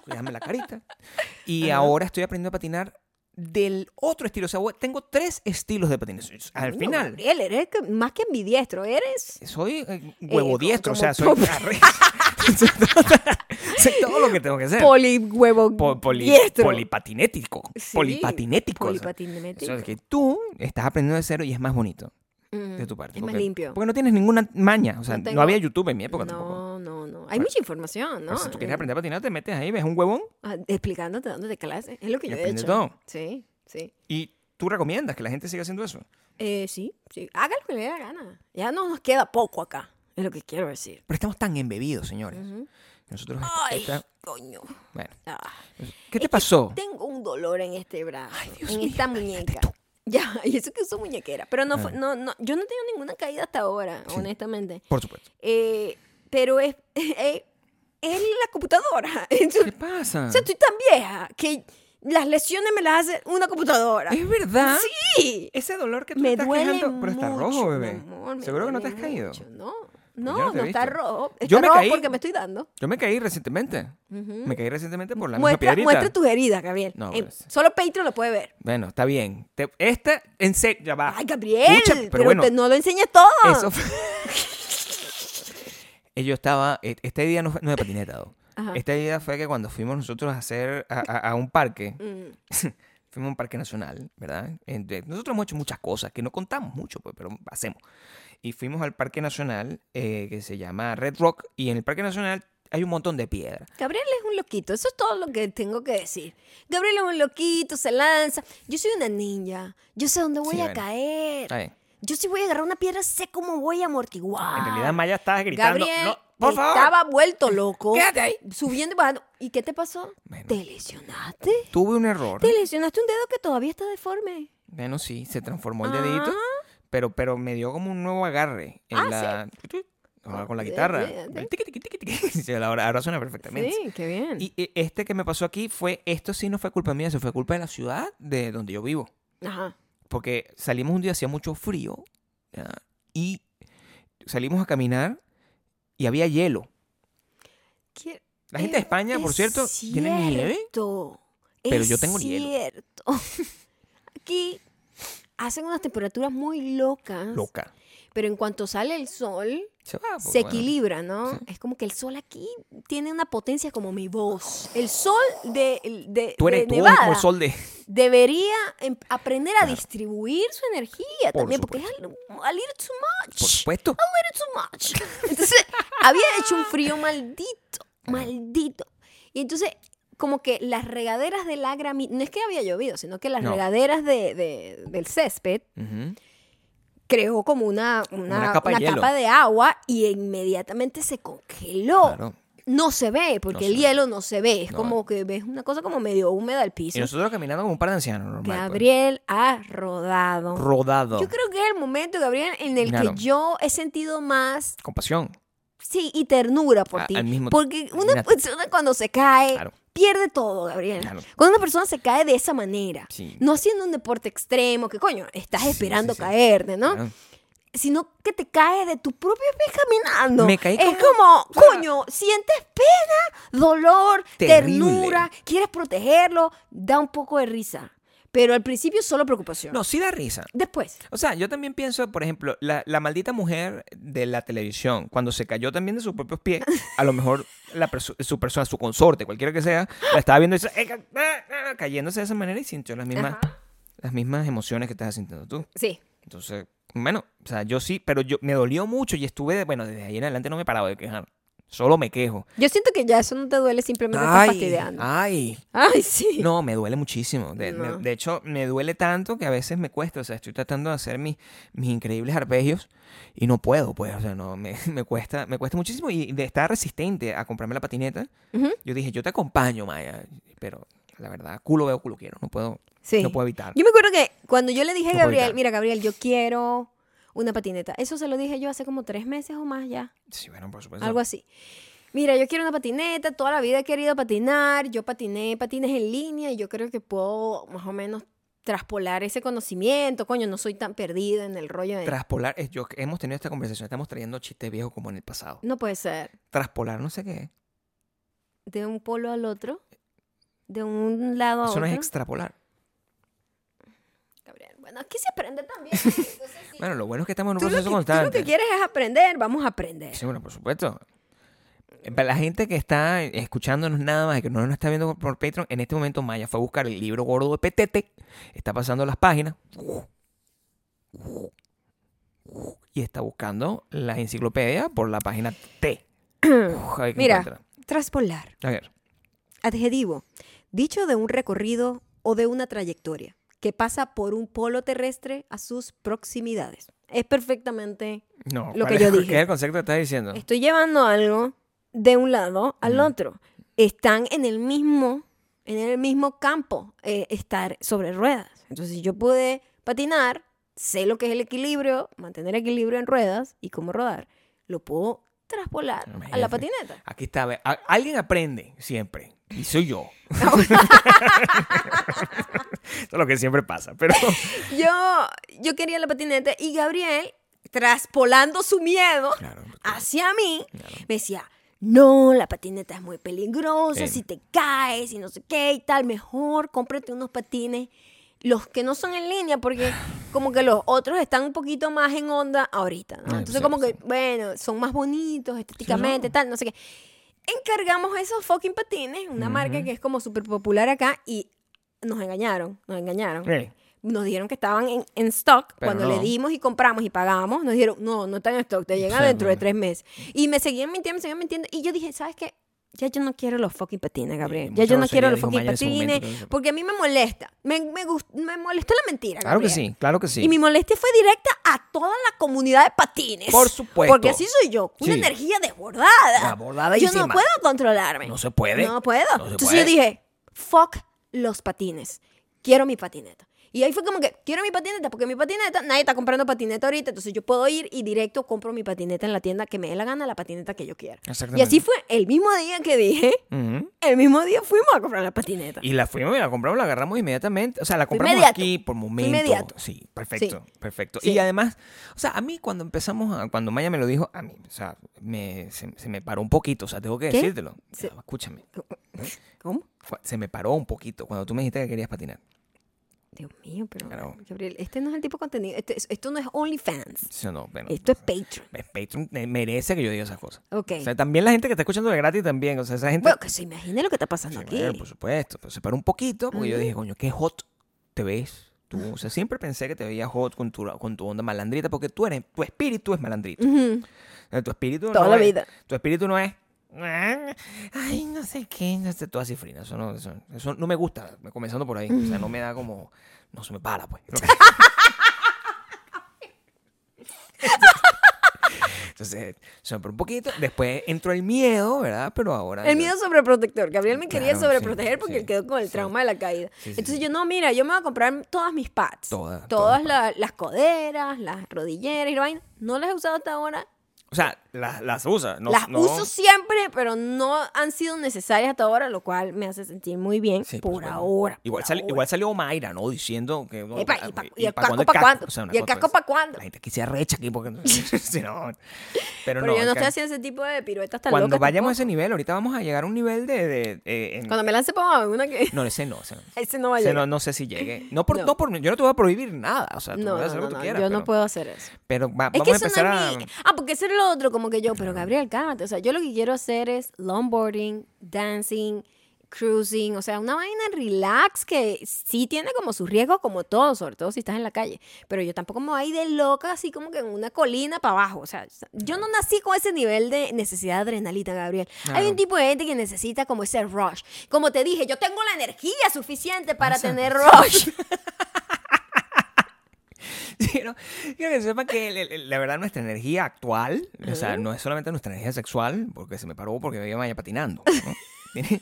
S2: cuidarme la carita. Y ahora estoy aprendiendo a patinar del otro estilo. O sea, voy- tengo tres estilos de patinación. Al
S1: Coño,
S2: final,
S1: Gabriel, eres que- más que ambidiestro, eres.
S2: soy eh, huevo
S1: co-
S2: diestro, o
S1: como
S2: sea, soy
S1: pop.
S2: arre- Soy todo- soy todo lo que tengo que hacer.
S1: Poli huevo
S2: Po- poli-
S1: diestro.
S2: polipatinético.
S1: Sí,
S2: polipatinético. o sea,
S1: polipatinético.
S2: eso es que tú estás aprendiendo de cero y es más bonito
S1: Mm,
S2: de tu parte.
S1: Es más
S2: porque-
S1: limpio.
S2: Porque no tienes ninguna maña. O sea,
S1: No
S2: no,
S1: tengo-
S2: había YouTube en mi época tampoco.
S1: No, no, no. Hay
S2: Bueno.
S1: mucha información, ¿no?
S2: Pero si tú
S1: Eh,
S2: quieres aprender a patinar, te metes ahí, ves un huevón
S1: ah, explicándote, dándote clases. Es lo que
S2: Y
S1: yo he
S2: aprendes
S1: hecho.
S2: todo.
S1: Sí, sí.
S2: y tú recomiendas que la gente siga haciendo eso.
S1: Eh, sí, sí. Haga lo que le dé la gana. Ya no nos queda poco acá. Es lo que quiero decir.
S2: Pero estamos tan embebidos, señores. Nosotros. esta-
S1: Ay,
S2: esta-
S1: coño.
S2: bueno.
S1: Ah.
S2: ¿Qué
S1: Es que
S2: te pasó?
S1: Tengo un dolor en este brazo,
S2: Dios
S1: en
S2: mío,
S1: esta
S2: cállate
S1: muñeca.
S2: tú.
S1: Ya, y eso que uso muñequera. Pero no, fue-
S2: Ah.
S1: no, no, yo no tengo ninguna caída hasta ahora,
S2: Sí.
S1: honestamente.
S2: Por supuesto.
S1: Eh, pero es, es, es la computadora.
S2: ¿Qué
S1: Entonces,
S2: pasa?
S1: o sea, estoy tan vieja que las lesiones me las hace una computadora.
S2: Es verdad.
S1: Sí.
S2: Ese dolor que tú
S1: Me
S2: estás
S1: duele
S2: quejando, pero está rojo,
S1: mucho,
S2: bebé.
S1: mi amor, me
S2: Seguro que no te has
S1: duele
S2: caído. Pues
S1: mucho. No, no,
S2: yo no te he
S1: no está
S2: visto.
S1: rojo. Está
S2: Yo me
S1: rojo
S2: caí.
S1: porque me estoy dando.
S2: Yo me caí recientemente.
S1: Ujú.
S2: Me caí recientemente por la misma
S1: Muestra,
S2: piedrita.
S1: muestra tus heridas, Gabriel.
S2: No,
S1: Eh,
S2: bueno, sí.
S1: solo Patreon lo puede ver.
S2: Bueno, está bien. Te- Esta, en serio, ya va.
S1: Ay, Gabriel,
S2: Escucha,
S1: pero,
S2: Ah. pero bueno,
S1: te- no lo enseñes todo.
S2: eso fue... Eh, Yo estaba, eh, este día no, fue- no de patineta, Dao.
S1: Ajá.
S2: Este día fue que cuando fuimos nosotros a hacer, a, a- a un parque,
S1: Mm,
S2: fuimos a un parque nacional, ¿verdad? En- de- Nosotros hemos hecho muchas cosas que no contamos mucho, pues, pero hacemos. Y fuimos al parque nacional eh, que se llama Red Rock y en el parque nacional hay un montón de piedras.
S1: Gabriel es un loquito, eso es todo lo que tengo que decir. Gabriel es un loquito, se lanza. Yo soy una ninja, yo sé dónde voy
S2: Sí,
S1: a
S2: bueno.
S1: caer.
S2: Está bien.
S1: Yo si voy a agarrar una piedra, sé cómo voy a amortiguar.
S2: En realidad Maya estaba gritando,
S1: Ah, Gabriel
S2: "No, por favor,
S1: estaba vuelto loco,
S2: quédate ahí.
S1: subiendo y bajando. ¿Y qué te pasó?
S2: Bueno.
S1: ¿Te lesionaste?
S2: Tuve un error.
S1: ¿Te lesionaste un dedo que todavía está deforme?
S2: Bueno, sí, se transformó el dedito,
S1: Ah.
S2: pero, pero me dio como un nuevo agarre en
S1: Ah,
S2: la... Ahora con la
S1: Sí, Eh,
S2: guitarra.
S1: sí, sí.
S2: El tiqui, tiqui, tiqui, tiqui. Sí, Ahora, ahora suena perfectamente.
S1: Sí, qué bien.
S2: Y eh, este que me pasó aquí fue, esto sí no fue culpa mía, eso fue culpa de la ciudad de donde yo vivo.
S1: Ajá.
S2: Porque salimos un día, hacía mucho frío, ¿ya? y salimos a caminar y había hielo.
S1: ¿Qué-
S2: La gente de España, por cierto, tiene nieve. pero yo tengo hielo.
S1: cierto. Aquí hacen unas temperaturas muy locas,
S2: Loca.
S1: pero en cuanto sale el sol,
S2: Se, va, pues,
S1: se
S2: bueno.
S1: equilibra, ¿no?
S2: sí.
S1: Es como que el sol aquí tiene una potencia como mi voz. El sol de, de,
S2: Tú eres
S1: de
S2: tú eres
S1: Nevada
S2: como el sol de...
S1: debería em- aprender a
S2: Claro.
S1: distribuir su energía
S2: Por
S1: también, porque es a, a little too much.
S2: Por supuesto.
S1: A little too much. Entonces, había hecho un frío maldito, maldito. Y entonces, como que las regaderas del agra, no es que había llovido, sino que las
S2: No.
S1: regaderas de- de- del césped
S2: Ujú.
S1: creó como una, una,
S2: Una capa de hielo.
S1: de agua y inmediatamente se congeló.
S2: Claro.
S1: No se ve, porque
S2: No
S1: el
S2: se ve.
S1: hielo no se ve. Es
S2: No.
S1: como que ves una cosa como medio húmeda al
S2: Y
S1: piso.
S2: nosotros caminando como un par de ancianos, normal. pues.
S1: Gabriel ha rodado.
S2: Rodado.
S1: Yo creo que es el momento, Gabriel, en el
S2: Claro.
S1: que yo he sentido más,
S2: Compasión.
S1: sí, y ternura por
S2: A-
S1: ti.
S2: Ah, al mismo-
S1: Porque una
S2: Mira.
S1: persona cuando se cae,
S2: Claro.
S1: pierde todo, Gabriel.
S2: Claro.
S1: Cuando una persona se cae de esa manera,
S2: Sí.
S1: no haciendo un deporte extremo, que coño, estás
S2: Sí,
S1: esperando
S2: sí, sí.
S1: caerte, ¿no?
S2: Claro.
S1: sino que te caes de tu propio pie caminando.
S2: Me caí
S1: es
S2: como-
S1: como,
S2: o sea,
S1: coño, sientes pena, dolor,
S2: Terrible.
S1: ternura, quieres protegerlo, da un poco de risa. Pero al principio solo preocupación.
S2: No, sí da risa.
S1: Después.
S2: O sea, yo también pienso, por ejemplo, la, la maldita mujer de la televisión, cuando se cayó también de sus propios pies, a lo mejor la perso- su persona, su consorte, cualquiera que sea, la estaba viendo y dice, "Eh, ca- ah, ah", cayéndose de esa manera y sintió las mismas, las mismas emociones que estás sintiendo tú.
S1: Sí.
S2: Entonces, bueno, o sea, yo sí, pero yo me dolió mucho y estuve, de- bueno, desde ahí en adelante no me he parado de quejar. Solo me quejo.
S1: Yo siento que ya eso no te duele, simplemente estás fastidiando.
S2: ay,
S1: Ay, sí.
S2: Ah. No, me duele muchísimo. De, me-
S1: No.
S2: de hecho, me duele tanto que a veces me cuesta. O sea, estoy tratando de hacer mis, mis increíbles arpegios y no puedo, pues. O sea, no, me, me cuesta, me cuesta muchísimo. Y de estar resistente a comprarme la patineta,
S1: Ujú.
S2: yo dije, yo te acompaño, Maya. Pero la verdad, culo veo, culo quiero. No puedo,
S1: Sí.
S2: no puedo evitar.
S1: Yo me acuerdo que cuando yo le dije a
S2: No puedo
S1: Gabriel,
S2: evitar.
S1: mira, Gabriel, yo quiero una patineta. Eso se lo dije yo hace como tres meses o más ya.
S2: Sí, bueno, por supuesto.
S1: Algo así. Mira, yo quiero una patineta, toda la vida he querido patinar, yo patiné patines en línea y yo creo que puedo más o menos traspolar ese conocimiento, coño, no soy tan perdida en el rollo de...
S2: Traspolar, es, yo, hemos tenido esta conversación, estamos trayendo chistes viejos como en el pasado.
S1: no puede ser,
S2: Traspolar, no sé qué. es.
S1: de un polo al otro, de un lado a
S2: Eso
S1: otro.
S2: no es extrapolar.
S1: Gabriel, bueno, aquí se aprende también. entonces sí.
S2: Bueno, lo bueno es que estamos en un
S1: tú, lo que,
S2: proceso
S1: tú lo que
S2: constante.
S1: quieres es aprender, vamos a aprender.
S2: Sí, bueno, por supuesto. Eh, Para la gente que está escuchándonos nada más y que no nos está viendo por Patreon, en este momento Maya fue a buscar el libro gordo de Petete, está pasando las páginas y está buscando la enciclopedia por la página T. Uf, a ver qué
S1: Mira.
S2: encuentra.
S1: Traspolar.
S2: A ver.
S1: Adjetivo. Dicho de un recorrido o de una trayectoria que pasa por un polo terrestre a sus proximidades. Es perfectamente...
S2: No,
S1: Lo
S2: ¿cuál
S1: que yo
S2: es-
S1: dije.
S2: ¿Qué es el concepto que estás diciendo?
S1: Estoy llevando algo de un lado al
S2: Ujú.
S1: otro. Están en el mismo, en el mismo campo, eh, estar sobre ruedas. Entonces si yo pude patinar, sé lo que es el equilibrio, mantener equilibrio en ruedas y cómo rodar. Lo puedo traspolar a
S2: Imagínate.
S1: la patineta.
S2: Aquí está. ve, a- Alguien aprende siempre. Y soy yo.
S1: Ah,
S2: Esto es lo que siempre pasa. Pero
S1: Yo, yo quería la patineta y Gabriel, traspolando su miedo
S2: Claro.
S1: hacia mí,
S2: Claro.
S1: me decía, no, la patineta es muy peligrosa,
S2: Eh.
S1: si te caes y no sé qué y tal, mejor cómprate unos patines, los que no son en línea, porque como que los otros están un poquito más en onda ahorita, ¿no?
S2: Ah,
S1: Entonces
S2: sí,
S1: como que,
S2: sí.
S1: bueno, son más bonitos estéticamente, tal, no sé qué. Encargamos esos fucking patines, una marca
S2: Ujú.
S1: que es como súper popular acá, y nos engañaron, nos engañaron
S2: Eh,
S1: nos dijeron que estaban en, en stock
S2: Pero
S1: cuando
S2: no.
S1: le dimos y compramos y pagamos nos dijeron no no están en stock te llegan
S2: Sí,
S1: dentro de
S2: no.
S1: tres meses y me seguían mintiendo me seguían mintiendo y yo dije sabes qué ya yo no quiero los fucking patines Gabriel
S2: Sí,
S1: ya yo
S2: mucha
S1: no quiero
S2: grosería
S1: los
S2: dijo
S1: fucking
S2: Maya en su
S1: patines
S2: momento, creo que-
S1: porque a mí me molesta me me, gust- me molestó la mentira
S2: Claro que
S1: Gabriel.
S2: sí, claro que sí.
S1: Y mi molestia fue directa a toda la comunidad de patines.
S2: Por supuesto.
S1: Porque así soy yo. Una
S2: Sí.
S1: energía desbordada.
S2: Desbordadísima.
S1: Yo no puedo controlarme.
S2: No se puede.
S1: No puedo.
S2: No se
S1: Entonces
S2: puede.
S1: yo dije, fuck los patines. Quiero mi patineta. Y ahí fue como que, quiero mi patineta, porque mi patineta, nadie está comprando patineta ahorita, entonces yo puedo ir y directo compro mi patineta en la tienda que me dé la gana, la patineta que yo quiera. Y
S2: Exactamente.
S1: así fue el mismo día que dije,
S2: Ujú.
S1: el mismo día fuimos a comprar la patineta.
S2: Y la fuimos y la compramos, la agarramos inmediatamente. O sea, la
S1: Fue
S2: compramos
S1: inmediato.
S2: aquí por
S1: Fue
S2: momento.
S1: inmediato.
S2: Sí, perfecto, perfecto.
S1: Sí.
S2: Y además, o sea, a mí cuando empezamos, a- cuando Maya me lo dijo, a mí, o sea, me- se, se me paró un poquito. O sea, tengo que
S1: ¿Qué?
S2: decírtelo.
S1: Se-
S2: Ya, escúchame.
S1: ¿Cómo?
S2: Fue- Se me paró un poquito cuando tú me dijiste que querías patinar.
S1: Dios mío, pero
S2: Claro.
S1: Gabriel, este no es el tipo de contenido. este- esto no es OnlyFans.
S2: Sí o no, bueno.
S1: Esto es Patreon.
S2: es Patreon eh, merece que yo diga esas cosas.
S1: Ok.
S2: O sea, también la gente que está escuchando de gratis también. O sea, esa gente.
S1: bueno, que se imagine lo que está pasando
S2: Sí,
S1: aquí.
S2: bueno, pues, por supuesto. Pero se paró un poquito porque yo dije, coño, qué hot te ves. Tú, o sea, siempre pensé que te veías hot con tu, con tu onda malandrita porque tú eres, tu espíritu es malandrito.
S1: Ujú.
S2: O sea, Tu espíritu
S1: Toda
S2: no
S1: la
S2: es-
S1: vida.
S2: Tu espíritu no es... Ay, no sé qué, no sé, toda cifrina. Eso no, eso, eso no me gusta, comenzando por ahí. O sea, no me da como... No se me para, pues. Entonces, se me paró un poquito. Después entró el miedo, ¿verdad? Pero ahora...
S1: El
S2: ya-
S1: miedo sobreprotector. Gabriel me quería
S2: Claro,
S1: sobreproteger
S2: sí,
S1: porque
S2: sí,
S1: él quedó con el
S2: sí.
S1: trauma de la caída.
S2: Sí, sí,
S1: Entonces
S2: sí.
S1: yo, no, mira, yo me voy a comprar todas mis pads.
S2: Todas, todas
S1: Todas la-
S2: las
S1: las coderas, las rodilleras y la vaina. No las he usado hasta ahora.
S2: O sea, las, las usa. No,
S1: Las
S2: no-
S1: uso siempre, pero no han sido necesarias hasta ahora, lo cual me hace sentir muy bien
S2: Sí,
S1: por
S2: pues, bueno.
S1: ahora.
S2: Igual,
S1: por
S2: sal-
S1: ahora.
S2: igual salió Mayra, ¿no? Diciendo que. no,
S1: Epa,
S2: ah,
S1: y, pa-
S2: güey,
S1: y el
S2: pa'
S1: casco para cuándo?
S2: O sea, una
S1: ¿Y el
S2: cosa
S1: casco
S2: es-
S1: para cuándo?
S2: pues. La gente aquí se arrecha aquí porque. si no. Pero,
S1: Pero
S2: no.
S1: yo no
S2: acá-
S1: estoy haciendo ese tipo de piruetas tan
S2: cuando
S1: locas
S2: vayamos a
S1: tampoco.
S2: ese nivel, ahorita vamos a llegar a un nivel de. de- eh, en-
S1: Cuando me lance para una que...
S2: No, ese no. Ese no.
S1: Ese no va a
S2: Ese
S1: llegar.
S2: no, no sé si llegue. No por,
S1: No.
S2: no. por, yo no te voy a prohibir nada. O sea, tú
S1: No,
S2: puedes
S1: no,
S2: hacer
S1: no,
S2: lo que
S1: no,
S2: tú quieras.
S1: yo
S2: pero,
S1: no puedo hacer eso.
S2: Pero va-
S1: Es
S2: vamos
S1: que
S2: a
S1: eso
S2: empezar
S1: no es
S2: a.
S1: mi... Ah, porque eso era lo otro, como que yo, pero Gabriel, cálmate. O sea, yo lo que quiero hacer es longboarding, dancing, cruising, o sea, una vaina relax que sí tiene como sus riesgos, como todo, sobre todo si estás en la calle. Pero yo tampoco me voy a ir de loca, así como que en una colina para abajo. O sea, yo no nací con ese nivel de necesidad de adrenalina, Gabriel. Hay
S2: Claro.
S1: un tipo de gente que necesita como ese rush. Como te dije, yo tengo la energía suficiente para
S2: Pasa.
S1: tener rush.
S2: Quiero, quiero que sepan que el- el- la verdad nuestra energía actual, o sea, no es solamente nuestra energía sexual, porque se me paró porque me iba vaya patinando. ¿no? Tiene-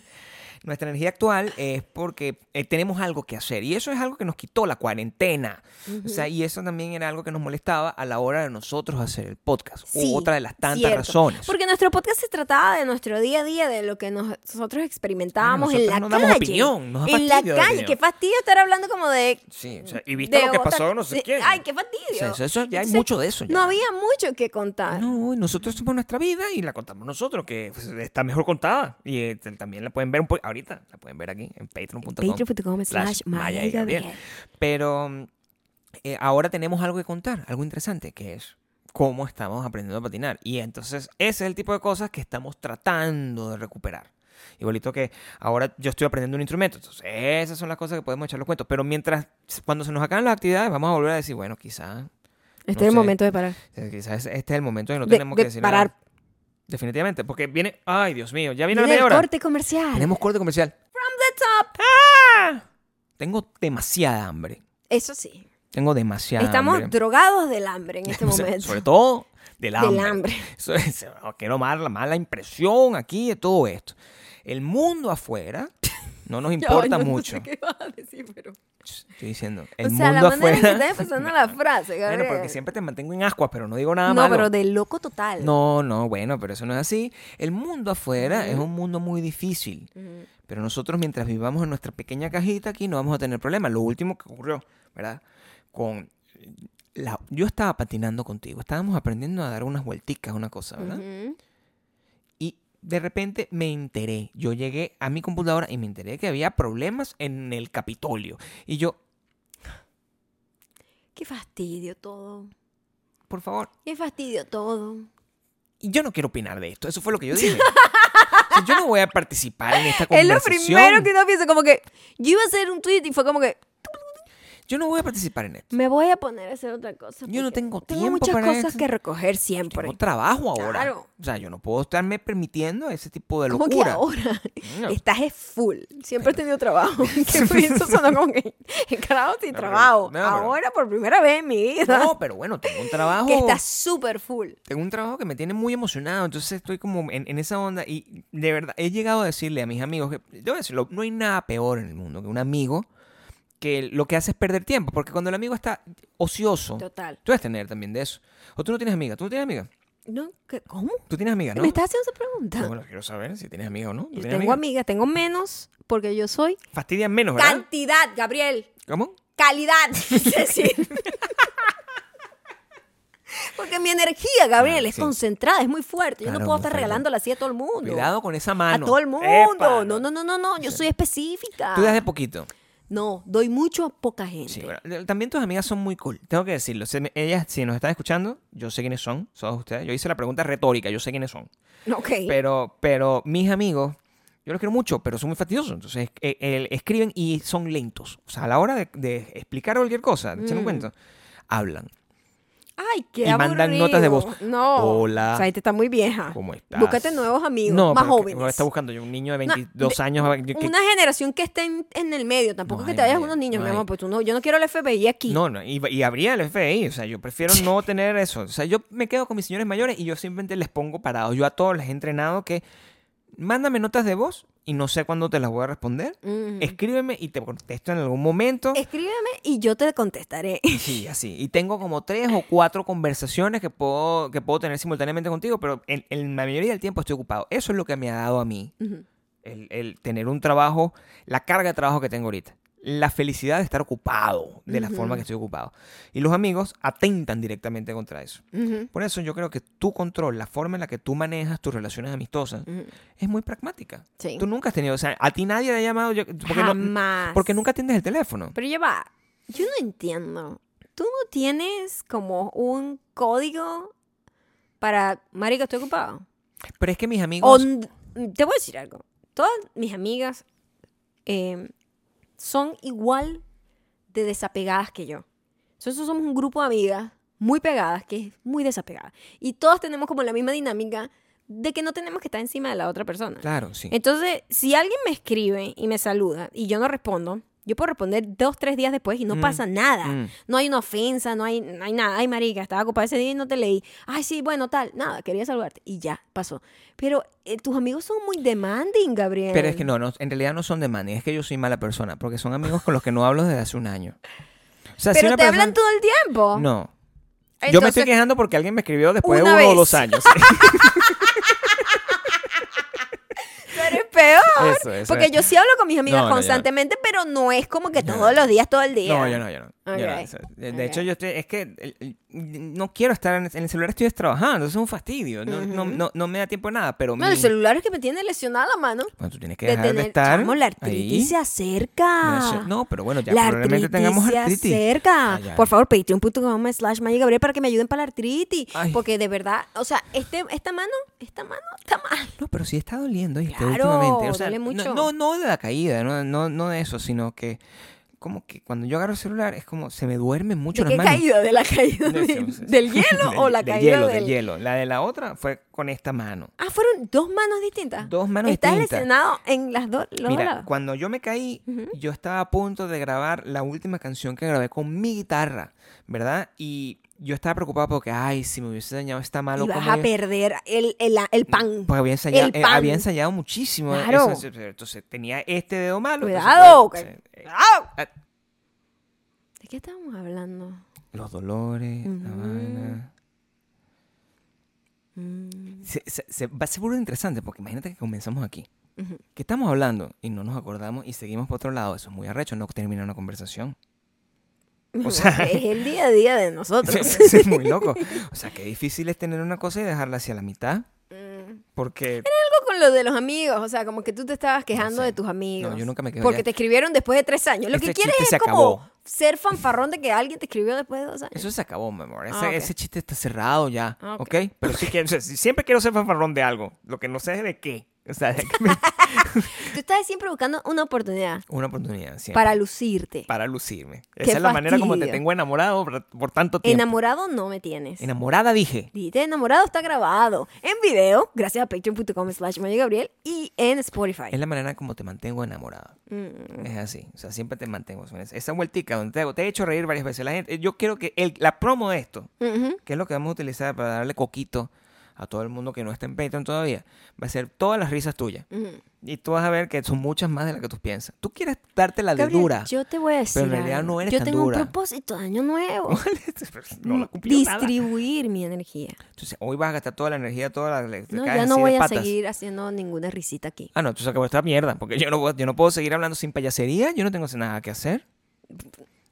S2: nuestra energía actual es porque eh, tenemos algo que hacer y eso es algo que nos quitó la cuarentena. O sea, y eso también era algo que nos molestaba a la hora de nosotros hacer el podcast. u
S1: Sí,
S2: otra de las tantas
S1: cierto.
S2: razones.
S1: Porque nuestro podcast se trataba de nuestro día a día, de lo que nos- nosotros experimentábamos
S2: Bueno,
S1: en la
S2: nosotros no
S1: calle.
S2: damos opinión, nos da
S1: en la
S2: fastidio dar
S1: calle,
S2: opinión.
S1: qué fastidio estar hablando como de
S2: Sí, o sea, y viste
S1: de
S2: lo que
S1: otra-
S2: pasó, no sé
S1: de-
S2: qué.
S1: Ay, qué fastidio.
S2: O sea, eso- eso- ya hay
S1: Entonces,
S2: mucho de eso. ya.
S1: No había mucho que contar.
S2: No, nosotros somos nuestra vida y la contamos nosotros, que pues, está mejor contada. Y eh, t- también la pueden ver un po- ahorita, la pueden ver aquí en patreon.com.
S1: Patreon.com slash Maya y Gabriel.
S2: Pero mm, eh, ahora tenemos algo que contar, algo interesante, que es cómo estamos aprendiendo a patinar. Y entonces ese es el tipo de cosas que estamos tratando de recuperar. Igualito que ahora yo estoy aprendiendo un instrumento. Entonces, esas son las cosas que podemos echar los cuentos. Pero mientras, cuando se nos acaban las actividades, vamos a volver a decir, bueno, quizás
S1: Este
S2: No
S1: es el
S2: sé.
S1: momento de parar.
S2: eh, Quizás este es el momento en que no
S1: De-
S2: tenemos
S1: de
S2: que decir
S1: parar.
S2: nada. Definitivamente, porque viene. Ay, Dios mío, ya viene
S1: Viene
S2: la media
S1: el
S2: hora.
S1: corte comercial.
S2: Tenemos corte comercial.
S1: Stop.
S2: ¡Ah! Tengo demasiada hambre.
S1: Eso sí.
S2: Tengo demasiada
S1: Estamos
S2: hambre.
S1: drogados del hambre en este
S2: O sea,
S1: momento.
S2: Sobre todo del hambre.
S1: Del hambre.
S2: Eso es- quiero dar la mala impresión aquí de todo esto. El mundo afuera no nos importa
S1: Ay, no,
S2: mucho.
S1: No sé qué vas a decir, pero...
S2: Estoy diciendo. El
S1: o sea, la
S2: mundo
S1: manera en que
S2: afuera.
S1: estás empezando la frase, Gabriel.
S2: Bueno, porque siempre te mantengo en ascuas, pero no digo nada
S1: No,
S2: malo.
S1: pero de loco total.
S2: No, no, bueno, pero eso no es así. El mundo afuera es un mundo muy difícil. Pero nosotros mientras vivamos en nuestra pequeña cajita aquí no vamos a tener problemas. Lo último que ocurrió, ¿verdad? Con la... Yo estaba patinando contigo, estábamos aprendiendo a dar unas vuelticas, una cosa, ¿verdad?
S1: Ujú.
S2: Y de repente me enteré. Yo llegué a mi computadora y me enteré que había problemas en el Capitolio. Y yo,
S1: Qué fastidio todo.
S2: por favor,
S1: Qué fastidio todo.
S2: Y yo no quiero opinar de esto. Eso fue lo que yo dije. O sea, yo no voy a participar en esta
S1: Es lo
S2: conversación.
S1: primero que uno piensa, como que yo iba a hacer un tweet y fue como que
S2: Yo no voy a participar en esto.
S1: me voy a poner a hacer otra cosa.
S2: Yo no
S1: porque
S2: tengo
S1: Tengo
S2: tiempo
S1: muchas
S2: para
S1: cosas
S2: esto.
S1: que recoger siempre.
S2: Tengo trabajo ahora.
S1: Claro.
S2: O sea, yo no puedo estarme permitiendo ese tipo de
S1: Como
S2: locura. Mm,
S1: que ahora
S2: No.
S1: estás es full. Siempre he tenido trabajo. que fue eso sonó como que encarado sin
S2: No, pero-
S1: trabajo.
S2: no, pero-
S1: ahora por primera vez en mi vida.
S2: No, pero bueno, tengo un trabajo.
S1: que estás súper full.
S2: Tengo un trabajo que me tiene muy emocionado. Entonces estoy como en, en esa onda. Y de verdad, he llegado a decirle a mis amigos que, yo voy a decirlo, no hay nada peor en el mundo que un amigo que lo que hace es perder tiempo. Porque cuando el amigo está ocioso,
S1: Total.
S2: tú debes tener también de eso. O tú no tienes amiga, tú no tienes amiga.
S1: No, ¿qué- ¿Cómo?
S2: Tú tienes amiga, ¿no?
S1: ¿Me estás haciendo esa pregunta?
S2: Bueno, quiero saber si tienes amiga o no. ¿Tú
S1: Yo
S2: tienes
S1: tengo
S2: amiga?
S1: amigas, tengo menos porque yo soy
S2: Fastidian menos, ¿verdad?
S1: cantidad, Gabriel.
S2: ¿Cómo?
S1: Calidad, es decir. Porque mi energía, Gabriel,
S2: Ah,
S1: es
S2: sí.
S1: concentrada, es muy fuerte. Yo no
S2: Claro,
S1: puedo
S2: muy
S1: estar
S2: fuerte.
S1: regalándola así a todo el mundo.
S2: Cuidado con esa
S1: a
S2: mano.
S1: todo el mundo.
S2: ¡Epa!
S1: No, Ah. no, no, no, no. Yo soy específica.
S2: Tú das de poquito.
S1: No, doy mucho a poca gente.
S2: Sí, bueno, también tus amigas son muy cool. Tengo que decirlo. Se me- Ellas, si nos están escuchando, yo sé quiénes son. Son ustedes. Yo hice la pregunta retórica. Yo sé quiénes son.
S1: ok.
S2: Pero, pero mis amigos, yo los quiero mucho, pero son muy fastidiosos. Entonces, eh, eh, escriben y son lentos. O sea, a la hora de, de explicar cualquier cosa, de echar
S1: Mm.
S2: un cuento, hablan.
S1: Ay, qué
S2: y mandan notas de voz.
S1: aburrido. No.
S2: Hola.
S1: Esa gente está muy vieja.
S2: ¿Cómo estás?
S1: Ah, Búscate nuevos amigos,
S2: No,
S1: más
S2: pero que-
S1: jóvenes.
S2: me está buscando yo un niño de
S1: No,
S2: 22 años. a ver, yo que-
S1: Una generación que esté en, en el medio. Tampoco
S2: No
S1: que
S2: hay
S1: te vayas a
S2: medio,
S1: unos niños,
S2: no
S1: mi
S2: hay.
S1: amor. Pues tú no, yo no quiero el FBI aquí.
S2: No, no, y, y habría el FBI, o sea, yo prefiero no tener eso. O sea, yo me quedo con mis señores mayores y yo simplemente les pongo parados. Yo a todos les he entrenado que mándame notas de voz y no sé cuándo te las voy a responder,
S1: Mm.
S2: escríbeme y te contesto en algún momento.
S1: Escríbeme y yo te contestaré.
S2: Sí, así. Y tengo como tres o cuatro conversaciones que puedo, que puedo tener simultáneamente contigo, pero en, en la mayoría del tiempo estoy ocupado. Eso es lo que me ha dado a mí
S1: Ujú.
S2: el, el tener un trabajo, la carga de trabajo que tengo ahorita. La felicidad de estar ocupado de la
S1: Ujú.
S2: forma que estoy ocupado. Y los amigos atentan directamente contra eso.
S1: Ujú.
S2: Por eso yo creo que tu control, la forma en la que tú manejas tus relaciones amistosas,
S1: Ujú.
S2: es muy pragmática.
S1: Sí.
S2: Tú nunca has tenido, o sea, a ti nadie te ha llamado yo- porque, no-
S1: Jamás.
S2: porque nunca atiendes el teléfono.
S1: Pero ya va. Yo no entiendo. Tú no tienes como un código para. Marico, estoy ocupado.
S2: Pero es que mis
S1: O
S2: amigos...
S1: n- te voy a decir algo. Todas mis amigas eh, son igual de desapegadas que yo. Nosotros somos un grupo de amigas muy pegadas, que es muy desapegada. Y todas tenemos como la misma dinámica de que no tenemos que estar encima de la otra persona.
S2: Claro, sí.
S1: Entonces, si alguien me escribe y me saluda y yo no respondo, yo puedo responder dos, tres días después y no
S2: Mm,
S1: pasa nada.
S2: mm.
S1: No hay una ofensa, no hay, no hay nada. Ay, marica, estaba ocupada ese día y no te leí. Ay, sí, bueno, tal. Nada, quería saludarte. Y ya, pasó. Pero eh, tus amigos son muy demanding, Gabriel.
S2: Pero es que no, no, en realidad no son de money, es que yo soy mala persona, porque son amigos con los que no hablo desde hace un año. O sea, si
S1: Pero
S2: una
S1: te
S2: persona-
S1: hablan todo el tiempo.
S2: No. yo me estoy
S1: Entonces,
S2: quejando porque alguien me escribió después de
S1: Una
S2: uno o
S1: vez.
S2: dos años.
S1: tú eres peor.
S2: Eso, eso,
S1: Porque
S2: eso.
S1: yo sí hablo con mis amigas
S2: No, no, yo no.
S1: constantemente, pero no es como que
S2: No,
S1: todos
S2: no.
S1: los días, todo el día.
S2: No, yo no, yo no. Yo no.
S1: Ok,
S2: O sea, de de
S1: ok.
S2: hecho, yo estoy, es que el- el- no quiero estar en, en el celular, estoy trabajando, eso es un fastidio. No, no, no, no me da tiempo de nada, pero
S1: No, el
S2: mi-
S1: celular es que me tiene lesionada la mano.
S2: bueno, tú tienes que
S1: De
S2: dejar de,
S1: tener,
S2: estar.
S1: chamo, la
S2: ahí.
S1: artritis se acerca.
S2: No, eso- no, pero bueno, ya
S1: la
S2: probablemente
S1: artritis
S2: tengamos
S1: se
S2: artritis. Ah,
S1: acerca.
S2: Ay, ay.
S1: Por favor, patreon.com slash Maya Gabriel para que me ayuden para la artritis.
S2: Ay.
S1: Porque de verdad, o sea, este, esta mano, esta mano está mal.
S2: No, pero sí está doliendo ¿viste?
S1: Claro,
S2: últimamente. O sea,
S1: duele
S2: no-
S1: mucho.
S2: No, no, de la caída, no, no, no de eso, sino que como que cuando yo agarro el celular es como se me duermen mucho
S1: ¿De
S2: las
S1: qué
S2: manos.
S1: caída? ¿De la caída
S2: No,
S1: de-
S2: sí, sí, sí.
S1: del hielo o la
S2: Del- del
S1: caída
S2: hielo,
S1: del...
S2: del hielo. La de la otra fue con esta mano.
S1: Ah, fueron dos manos distintas.
S2: Dos manos
S1: Estás
S2: distintas.
S1: lesionado en las dos, los dos
S2: Mira,
S1: lados.
S2: cuando yo me caí,
S1: Ujú.
S2: yo estaba a punto de grabar la última canción que grabé con mi guitarra, ¿verdad? Y yo estaba preocupado porque, ay, si me hubiese dañado esta mano,
S1: Y vas
S2: ¿cómo
S1: a
S2: yo-
S1: perder el, el, el pan.
S2: Porque había ensayado,
S1: El
S2: eh,
S1: pan.
S2: había ensayado muchísimo. eh,
S1: Claro.
S2: eso, eso, entonces tenía este dedo malo. entonces,
S1: Cuidado.
S2: pues, eh, eh,
S1: cuidado.
S2: ah,
S1: ¿De qué estábamos hablando?
S2: los dolores, la
S1: Ujú.
S2: vaina.
S1: Mm,
S2: Se, se- se- va a ser muy interesante porque imagínate que comenzamos aquí.
S1: ujú.
S2: Que estamos hablando y no nos acordamos y seguimos por otro lado. Eso es muy arrecho, no termina una conversación. O sea-
S1: es el día a día de nosotros.
S2: Eso es muy loco. O sea, qué difícil es tener una cosa y dejarla hacia la mitad.
S1: Mm.
S2: Porque
S1: Algo con lo de los amigos, o sea, como que tú te estabas quejando
S2: sé.
S1: de tus amigos.
S2: No, yo nunca me quejo,
S1: Porque
S2: ya.
S1: te escribieron después de tres años. Lo que
S2: Este
S1: quieres
S2: chiste
S1: es
S2: se
S1: como
S2: acabó.
S1: ser fanfarrón de que alguien te escribió después de dos años.
S2: eso se acabó, mi amor. Ese,
S1: Ah, ok.
S2: ese chiste está cerrado ya.
S1: Ah,
S2: ¿Ok?
S1: ok.
S2: Pero sí quiero, o sea, sí- siempre quiero ser fanfarrón de algo. Lo que no sé es de qué. O sea, de qué me-
S1: Tú estás siempre buscando una oportunidad
S2: una oportunidad siempre. Para,
S1: para lucirte.
S2: lucirme. Esa es
S1: Qué
S2: la manera como te
S1: fastidio.
S2: tengo enamorado por, por tanto tiempo.
S1: Enamorado no me tienes.
S2: Enamorada dije.
S1: Dijiste enamorado está grabado en video, gracias a patreon.com slash Maya Gabriel y en Spotify.
S2: Es la manera como te mantengo enamorada.
S1: Mm.
S2: Es así. O sea, siempre te mantengo. Esa- Esa vueltica donde te hago. Te he hecho reír varias veces. La gente, yo quiero que el- la promo de esto,
S1: Ujú.
S2: que es lo que vamos a utilizar para darle coquito a todo el mundo que no está en Patreon todavía, va a ser todas las risas tuyas.
S1: Ujú.
S2: Y tú vas a ver que son muchas más de las que tú piensas. Tú quieres darte la de
S1: Gabriel,
S2: dura.
S1: Yo te voy a decir.
S2: pero en realidad
S1: algo.
S2: no eres
S1: Yo
S2: tan
S1: tengo
S2: dura.
S1: un propósito de año nuevo.
S2: no la cumplí nada.
S1: distribuir mi energía.
S2: Entonces, hoy vas a gastar toda la energía, toda la... le- te
S1: No,
S2: caes
S1: ya no
S2: así de
S1: voy a
S2: patas.
S1: seguir haciendo ninguna risita aquí.
S2: Ah, no, tú se acabó esta mierda, porque yo no, puedo- yo no puedo seguir hablando sin payasería, yo no tengo nada que hacer.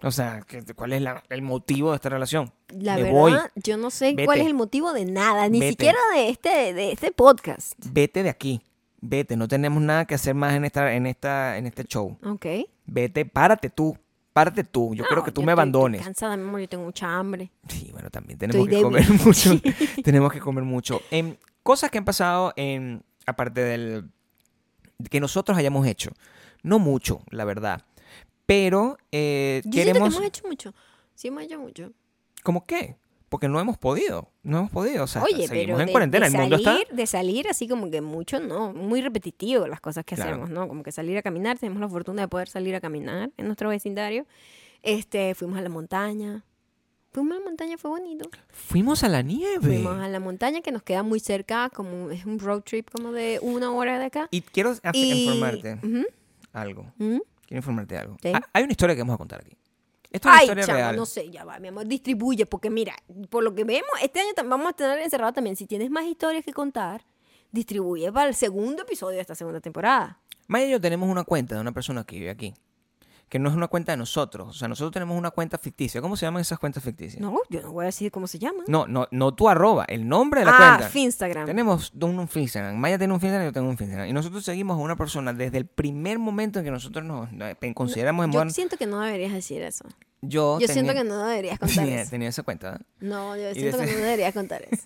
S2: O sea, ¿qué- ¿cuál es la- el motivo de esta relación?
S1: La
S2: Me
S1: verdad,
S2: voy.
S1: yo no sé
S2: Vete.
S1: cuál es el motivo de nada, ni
S2: Vete.
S1: siquiera de este, de este podcast.
S2: Vete de aquí, vete, no tenemos nada que hacer más en, esta, en, esta, en este show.
S1: Ok.
S2: Vete, párate tú, párate tú, yo creo
S1: No,
S2: que tú
S1: yo
S2: me
S1: estoy-
S2: abandones.
S1: Estoy cansada, mi amor, yo tengo mucha hambre.
S2: Sí, bueno, también tenemos que
S1: Estoy
S2: comer
S1: débil.
S2: mucho. tenemos que comer mucho. En cosas que han pasado, en, aparte del que nosotros hayamos hecho. No mucho, la verdad. Pero eh,
S1: Yo siento que
S2: queremos.
S1: hemos hecho mucho. Sí, hemos hecho mucho.
S2: ¿Cómo qué? Porque no hemos podido. No hemos podido. O sea,
S1: Oye,
S2: seguimos
S1: pero
S2: en
S1: de,
S2: cuarentena.
S1: de
S2: el mundo está.
S1: salir, de salir así como que mucho, no. Muy repetitivo las cosas que
S2: Claro.
S1: hacemos, ¿no? Como que salir a caminar, tenemos la fortuna de poder salir a caminar en nuestro vecindario. Este, fuimos a la montaña, Fuimos a la montaña, fue bonito.
S2: Fuimos a la nieve.
S1: Fuimos a la montaña que nos queda muy cerca, como es un road trip como de una hora de acá.
S2: Y quiero af-
S1: Y-
S2: informarte
S1: Ujú, ¿Mm?
S2: algo.
S1: ujú.
S2: Quiero informarte de algo.
S1: Sí.
S2: Ah, hay una historia que vamos a contar aquí. Esto es una
S1: Ay,
S2: historia
S1: chama,
S2: real.
S1: no sé, ya va, mi amor, distribuye, porque mira, por lo que vemos, este año tam- vamos a tener encerrado también. Si tienes más historias que contar, distribuye para el segundo episodio de esta segunda temporada.
S2: Maya y yo tenemos una cuenta de una persona que vive aquí. Que no es una cuenta de nosotros. O sea, nosotros tenemos una cuenta ficticia. ¿Cómo se llaman esas cuentas ficticias?
S1: No, yo no voy a decir cómo se llama.
S2: no, no, no tu arroba, el nombre de la
S1: ah,
S2: cuenta.
S1: Finstagram.
S2: Tenemos un, un Instagram. Maya tiene un Instagram y yo tengo un Instagram. Y nosotros seguimos a una persona desde el primer momento en que nosotros nos nos consideramos en
S1: Yo
S2: moderno.
S1: siento que no deberías decir eso.
S2: Yo,
S1: Yo siento que no deberías contar
S2: tenía,
S1: eso.
S2: tenía esa cuenta. ¿eh?
S1: No, yo
S2: Y
S1: siento que
S2: desde-
S1: no deberías contar eso.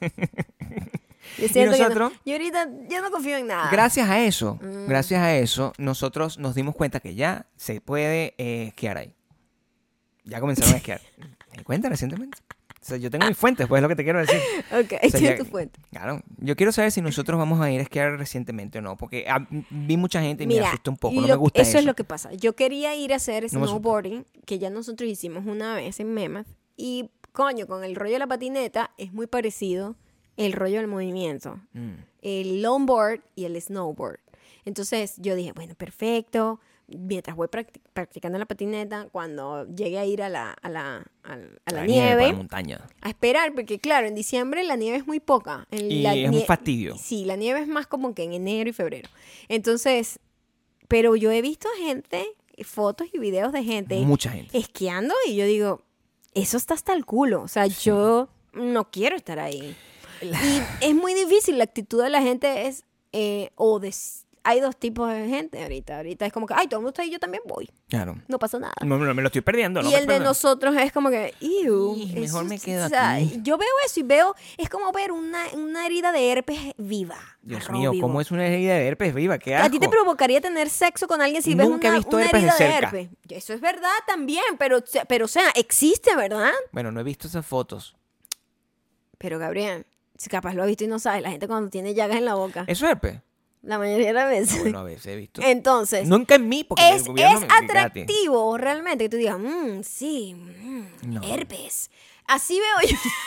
S1: Yo siento que no.
S2: nosotros?
S1: Yo ahorita, yo no confío en nada.
S2: Gracias a eso,
S1: Mm.
S2: gracias a eso, nosotros nos dimos cuenta que ya se puede eh, esquiar ahí. Ya comenzaron a esquiar. ¿Te di cuenta recientemente? O sea, yo tengo mis fuentes, pues es lo que te quiero decir.
S1: Ok,
S2: O sea,
S1: tiene
S2: ya-
S1: tu fuente.
S2: Claro, yo quiero saber si nosotros vamos a ir a esquiar recientemente o no, porque ah, vi mucha gente y me asustó un poco, no me
S1: lo-
S2: gusta eso.
S1: es lo que pasa. Yo quería ir a hacer
S2: No me asusta.
S1: snowboarding, que ya nosotros hicimos una vez en Memas, y coño, con el rollo de la patineta es muy parecido el rollo del movimiento.
S2: Mm.
S1: El longboard y el snowboard. Entonces yo dije, bueno, perfecto. Mientras voy practi- practicando la patineta, cuando llegue a ir a la, a la, a la- a la
S2: La
S1: nieve,
S2: para la montaña.
S1: a esperar, porque claro, en diciembre la nieve es muy poca. En
S2: Y
S1: la
S2: es un
S1: nie-
S2: fastidio.
S1: Sí, la nieve es más como que en enero y febrero. Entonces, pero yo he visto gente, fotos y videos de gente
S2: Mucha gente.
S1: esquiando y yo digo, eso está hasta el culo. O sea, yo no quiero estar ahí. Y es muy difícil, la actitud de la gente es, eh, o de- hay dos tipos de gente ahorita. Ahorita es como que, ay, todo el mundo está ahí, yo también voy.
S2: Claro.
S1: No pasa nada.
S2: No, no, me lo estoy perdiendo. no
S1: Y
S2: me
S1: el de
S2: perdono.
S1: nosotros es como que, "Ew,
S2: Y mejor me quedo
S1: o sea,
S2: aquí".
S1: Yo veo eso y veo, es como ver una, una herida de herpes viva.
S2: Dios
S1: arroz
S2: mío,
S1: vivo.
S2: ¿cómo es una herida de herpes viva? ¿Qué asco?
S1: A ti te provocaría tener sexo con alguien si ves
S2: Nunca he
S1: una,
S2: visto
S1: una
S2: herpes de
S1: herida de,
S2: cerca.
S1: herpes. Eso es verdad también, pero, o sea- pero o sea, existe, ¿verdad?
S2: Bueno, no he visto esas fotos.
S1: Pero Gabriel, si capaz lo has visto y no sabes, la gente cuando tiene llagas en la boca,
S2: ¿Eso es herpes?
S1: la mayoría de las veces.
S2: Bueno, a veces he visto.
S1: Entonces,
S2: Nunca en mí, porque
S1: es,
S2: el gobierno
S1: es
S2: me obliga a ti.
S1: atractivo realmente que tú digas, mmm, sí, mm,
S2: No.
S1: herpes. Así veo yo.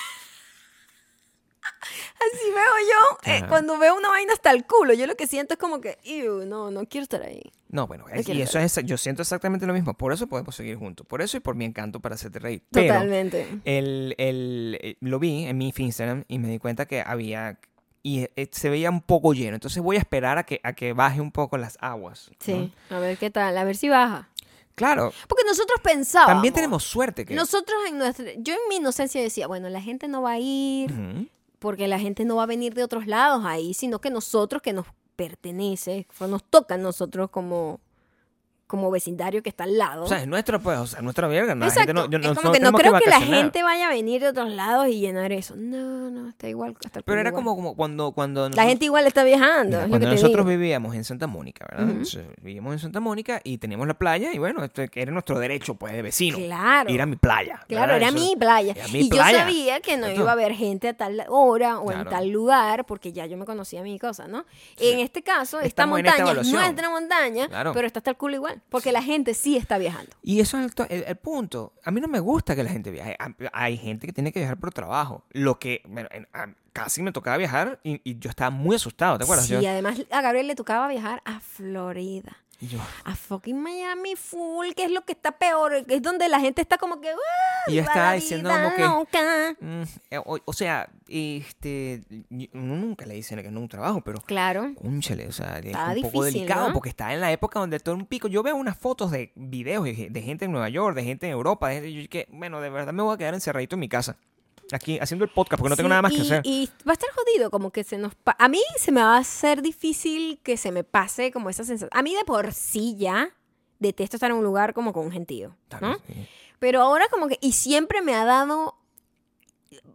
S1: Así veo yo eh,
S2: Ajá.
S1: cuando veo una vaina hasta el culo. Yo lo que siento es como que, "Ew, no, no quiero estar ahí.
S2: No, bueno, es-
S1: quiero
S2: y eso es, yo siento exactamente lo mismo. Por eso podemos seguir juntos. Por eso y por mi encanto para hacerte reír. Pero
S1: Totalmente.
S2: el, el- eh, lo vi en mi Instagram y me di cuenta que había... Y eh, eh, se veía un poco lleno. Entonces voy a esperar a que, a que baje un poco las aguas. ¿no?
S1: Sí, a ver qué tal, a ver si baja.
S2: Claro.
S1: Porque nosotros pensábamos.
S2: También tenemos suerte que...
S1: Nosotros en nuestra. Yo en mi inocencia decía, bueno, la gente no va a ir.
S2: Ujú.
S1: porque la gente no va a venir de otros lados ahí, sino que nosotros que nos pertenece, que nos toca a nosotros como, como vecindario que está al lado.
S2: O sea, es nuestro, pues, o sea, nuestra verga. No, la
S1: Exacto.
S2: gente no, yo-
S1: es como
S2: nosotros
S1: que no
S2: tenemos
S1: creo que, la
S2: vacacionar.
S1: gente vaya a venir de otros lados y llenar eso. No, no, está igual. hasta el
S2: Pero
S1: culo
S2: era
S1: igual.
S2: como, como cuando... cuando
S1: La
S2: nosotros-
S1: gente igual está viajando.
S2: Mira,
S1: es lo
S2: cuando
S1: que te
S2: nosotros
S1: digo.
S2: vivíamos en Santa Mónica, ¿verdad?
S1: Ujú.
S2: Entonces, vivíamos en Santa Mónica y teníamos la playa y bueno, esto era nuestro derecho, pues, de vecino.
S1: Claro.
S2: Ir a mi playa.
S1: Claro,
S2: ¿verdad?
S1: era
S2: Eso-
S1: mi playa.
S2: era mi
S1: y
S2: playa.
S1: yo sabía que no
S2: Exacto.
S1: iba a haber gente a tal hora o en
S2: Claro.
S1: tal lugar, porque ya yo me conocía mi cosa, ¿no? En este caso, esta
S2: Estamos en esta
S1: montaña es
S2: evaluación.
S1: nuestra montaña,
S2: Claro.
S1: pero está hasta el culo igual, porque la gente sí está viajando.
S2: Y eso es el, to- el- el punto. A mí no me gusta que la gente viaje. A- Hay gente que tiene que viajar por trabajo. Lo que, bueno, en- a- casi me tocaba viajar y, y yo estaba muy asustado, ¿te acuerdas?
S1: Sí,
S2: Yo-
S1: además a Gabriel le tocaba viajar a Florida.
S2: y yo-
S1: A fucking Miami full, que es lo que está peor, que es donde la gente está como que. "Ah,
S2: Y yo
S1: viva
S2: estaba
S1: la
S2: diciendo
S1: vida
S2: como que-
S1: loca".
S2: mm, eh, o, o sea, este, y- uno nunca le dicen que no es un trabajo, pero
S1: Claro.
S2: Cónchale, o sea, es
S1: Está
S2: un poco
S1: difícil,
S2: delicado
S1: ¿no?
S2: porque está en la época donde todo un pico. Yo veo unas fotos de videos de de gente en Nueva York, de gente en Europa, de gente yo que, bueno, de verdad me voy a quedar encerradito en mi casa, aquí haciendo el podcast porque no tengo
S1: Sí,
S2: nada más
S1: y,
S2: que hacer.
S1: Y va a estar jodido, como que se nos... pa- a mí se me va a hacer difícil que se me pase como esa sensación. A mí de por sí ya detesto estar en un lugar como con un gentío,
S2: Tal
S1: ¿no?
S2: vez, sí.
S1: Pero ahora como que... Y siempre me ha dado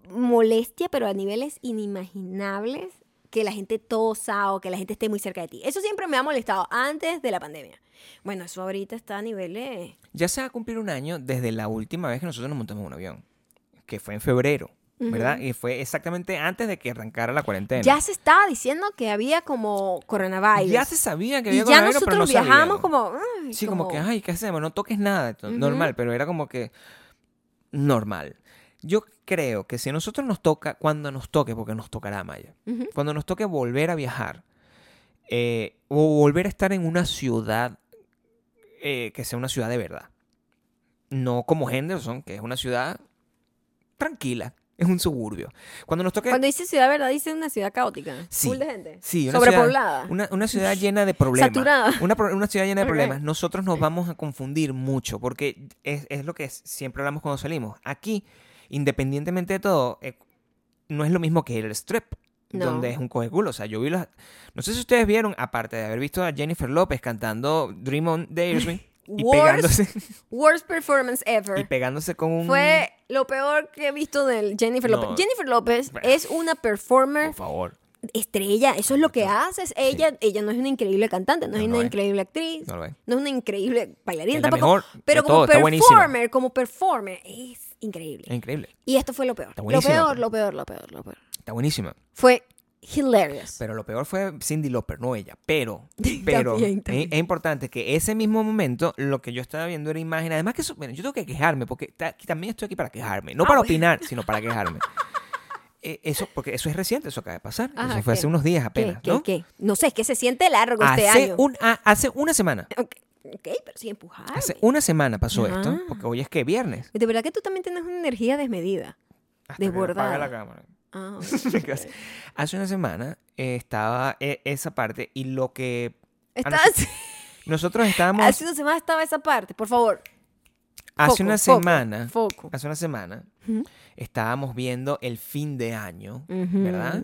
S1: molestia, pero a niveles inimaginables, que la gente tosa o que la gente esté muy cerca de ti. Eso siempre me ha molestado antes de la pandemia. Bueno, eso ahorita está a niveles...
S2: Ya se va a cumplir un año desde la última vez que nosotros nos montamos en un avión, que fue en febrero, ¿verdad? Y fue exactamente antes de que arrancara la cuarentena.
S1: Ya se estaba diciendo que había como coronavirus.
S2: Ya se sabía que
S1: y
S2: había
S1: ya
S2: coronavirus, pero
S1: nosotros
S2: no
S1: viajamos
S2: sabíamos.
S1: como, ay,
S2: Sí, como, que, ay, ¿qué hacemos? No toques nada, to-
S1: Ujú.
S2: normal, pero era como que normal. Yo creo que si a nosotros nos toca, cuando nos toque, porque nos tocará Maya,
S1: Ujú.
S2: cuando nos toque volver a viajar eh, o volver a estar en una ciudad eh, que sea una ciudad de verdad, no como Henderson, que es una ciudad tranquila, es un suburbio. Cuando nos toque.
S1: Cuando dice ciudad verdad, dice una ciudad caótica.
S2: Sí.
S1: Full de gente.
S2: Sí, una
S1: Sobrepoblada.
S2: Ciudad, una, una ciudad llena de problemas.
S1: Saturada.
S2: Una, pro- una ciudad llena de
S1: Ok.
S2: problemas. Nosotros nos vamos a confundir mucho porque es, es lo que es- siempre hablamos cuando salimos. Aquí, independientemente de todo, eh, no es lo mismo que el strip.
S1: No.
S2: Donde es un cojeculo. O sea, yo vi las. No sé si ustedes vieron, aparte de haber visto a Jennifer López cantando Dream on de Aerosmith y,
S1: Worst.
S2: pegándose,
S1: Worst performance ever.
S2: y pegándose con un.
S1: Fue lo peor que he visto de Jennifer
S2: No.
S1: López. Jennifer López
S2: Bueno.
S1: es una performer
S2: Por favor.
S1: estrella. Eso es lo que hace. Es ella, ella no es una increíble cantante, no,
S2: No,
S1: es
S2: no
S1: una
S2: es.
S1: increíble actriz.
S2: No lo es.
S1: No es una increíble bailarina
S2: Es la
S1: tampoco.
S2: mejor de
S1: pero como
S2: todo, está buenísima.
S1: performer, como performer, es increíble.
S2: Es increíble.
S1: Y esto fue lo peor.
S2: Está
S1: Lo
S2: buenísima,
S1: peor,
S2: pues.
S1: lo peor, lo peor, lo peor.
S2: Está buenísima.
S1: Fue hilarious.
S2: Pero lo peor fue Cindy Lauper, no ella. Pero, pero
S1: También,
S2: es-
S1: también.
S2: Es, importante que ese mismo momento lo que yo estaba viendo era imagen. Además que eso, bueno, yo tengo que quejarme porque ta- aquí también estoy aquí para quejarme, no
S1: Ah,
S2: para
S1: bueno.
S2: opinar, sino para quejarme. Eh, eso, porque eso es reciente, eso acaba de pasar.
S1: Ajá,
S2: eso fue
S1: ¿qué?
S2: hace unos días
S1: ¿Qué,
S2: apenas,
S1: qué,
S2: ¿no?
S1: qué? No sé, es que se siente largo este
S2: Hace,
S1: año. Ah,
S2: un, a- hace una semana.
S1: Ok, Ah. ok, pero sí empujar.
S2: Hace una semana pasó esto,
S1: Ajá.
S2: porque hoy es que viernes.
S1: De verdad que tú también tienes una energía desmedida.
S2: Hasta que
S1: Desbordada.
S2: apaga la cámara.
S1: Ah,
S2: Casi. hace una semana eh, estaba eh, esa parte y lo que a
S1: Estás-
S2: nosotros- nosotros estábamos
S1: hace una semana estaba esa parte, por favor.
S2: Hace
S1: Foco,
S2: una
S1: foco,
S2: semana,
S1: Foco.
S2: hace una semana,
S1: Ujú.
S2: estábamos viendo el fin de año,
S1: Ujú.
S2: ¿verdad?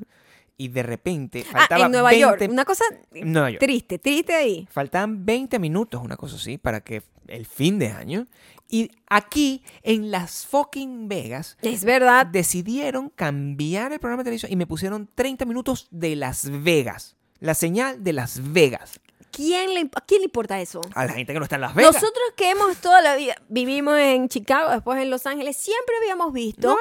S2: Y de repente
S1: Ah,
S2: faltaba
S1: en Nueva
S2: 20,
S1: York. Una cosa
S2: en Nueva York.
S1: triste, triste ahí.
S2: Faltaban 20 minutos, una cosa así, para que el fin de año. Y aquí, en las fucking Vegas,
S1: Es verdad.
S2: decidieron cambiar el programa de televisión y me pusieron 30 minutos de Las Vegas. La señal de Las Vegas.
S1: ¿Quién le, imp- ¿A quién le importa eso?
S2: A la gente que no está en Las Vegas.
S1: Nosotros que hemos toda la vida, vivimos en Chicago, después en Los Ángeles, siempre habíamos visto
S2: Nueva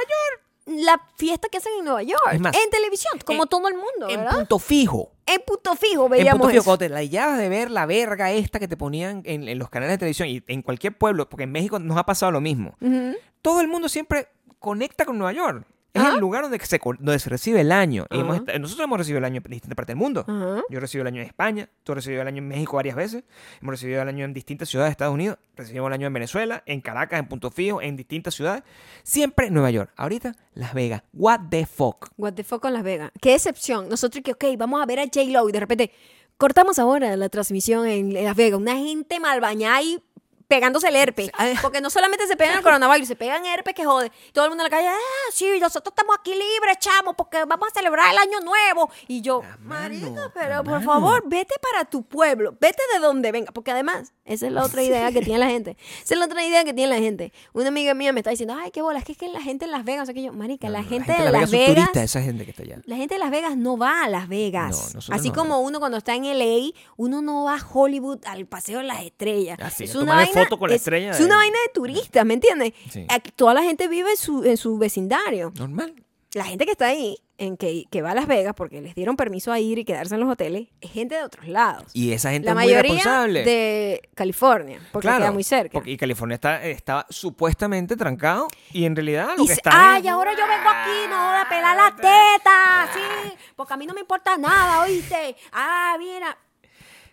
S1: la fiesta que hacen en Nueva York,
S2: Es más,
S1: en televisión, como
S2: en-
S1: todo el mundo,
S2: en
S1: ¿verdad?
S2: punto fijo.
S1: En punto fijo
S2: En
S1: veíamos
S2: punto fijo,
S1: Pues eso.
S2: cuando te la llevabas de ver la verga esta que te ponían en, en los canales de televisión y en cualquier pueblo, porque en México nos ha pasado lo mismo.
S1: Ujú.
S2: Todo el mundo siempre conecta con Nueva York. Es
S1: Ajá.
S2: el lugar donde se, co- donde se recibe el año. Y hemos
S1: Ajá.
S2: est- nosotros hemos recibido el año en distintas partes del mundo.
S1: Ajá.
S2: Yo he recibido el año en España, tú has recibido el año en México varias veces, hemos recibido el año en distintas ciudades de Estados Unidos, recibimos el año en Venezuela, en Caracas, en Punto Fijo, en distintas ciudades. Siempre Nueva York. Ahorita Las Vegas. What the fuck.
S1: What the fuck con Las Vegas. Qué excepción. Nosotros que, ok, vamos a ver a J-Lo y de repente cortamos ahora la transmisión en Las Vegas. Una gente mal bañada y pegándose el herpes. Porque no solamente se pegan el coronavirus, se pegan herpes que jode. Todo el mundo en la calle, ah, sí, nosotros estamos aquí libres, chamo, porque vamos a celebrar el año nuevo. Y yo,
S2: La mano,
S1: marico,
S2: la
S1: pero por
S2: mano.
S1: favor, vete para tu pueblo, vete de donde venga. Porque además, esa es la otra idea que tiene la gente. Esa es la otra idea que tiene la gente. Una amiga mía me está diciendo, ay, qué bolas, que es que la gente en Las Vegas, o sea, que yo, marica,
S2: No,
S1: la,
S2: no,
S1: gente
S2: de
S1: de Las
S2: son
S1: Vegas
S2: turistas, esa gente que está allá.
S1: la gente de Las Vegas no va a Las Vegas.
S2: No, nosotros
S1: Así
S2: no.
S1: como uno cuando está en LA, uno no va a Hollywood al Paseo de las Estrellas.
S2: Ah, sí, a tomarle foto con la
S1: es-
S2: estrella
S1: es
S2: de-
S1: una vaina de turistas, ¿me entiendes?
S2: Sí.
S1: Aquí Toda la gente vive en su, en su vecindario.
S2: Normal.
S1: La gente que está ahí, en que, que va a Las Vegas porque les dieron permiso a ir y quedarse en los hoteles, es gente de otros lados.
S2: Y esa gente
S1: la
S2: es muy
S1: mayoría
S2: responsable.
S1: de California, porque
S2: claro,
S1: queda muy cerca.
S2: porque- y California está, estaba supuestamente trancado y en realidad lo
S1: Y
S2: que
S1: dice,
S2: está
S1: ay,
S2: es-
S1: ahora yo vengo aquí, no voy a pelar las tetas, sí, porque a mí no me importa nada, ¿oíste? Ah, mira,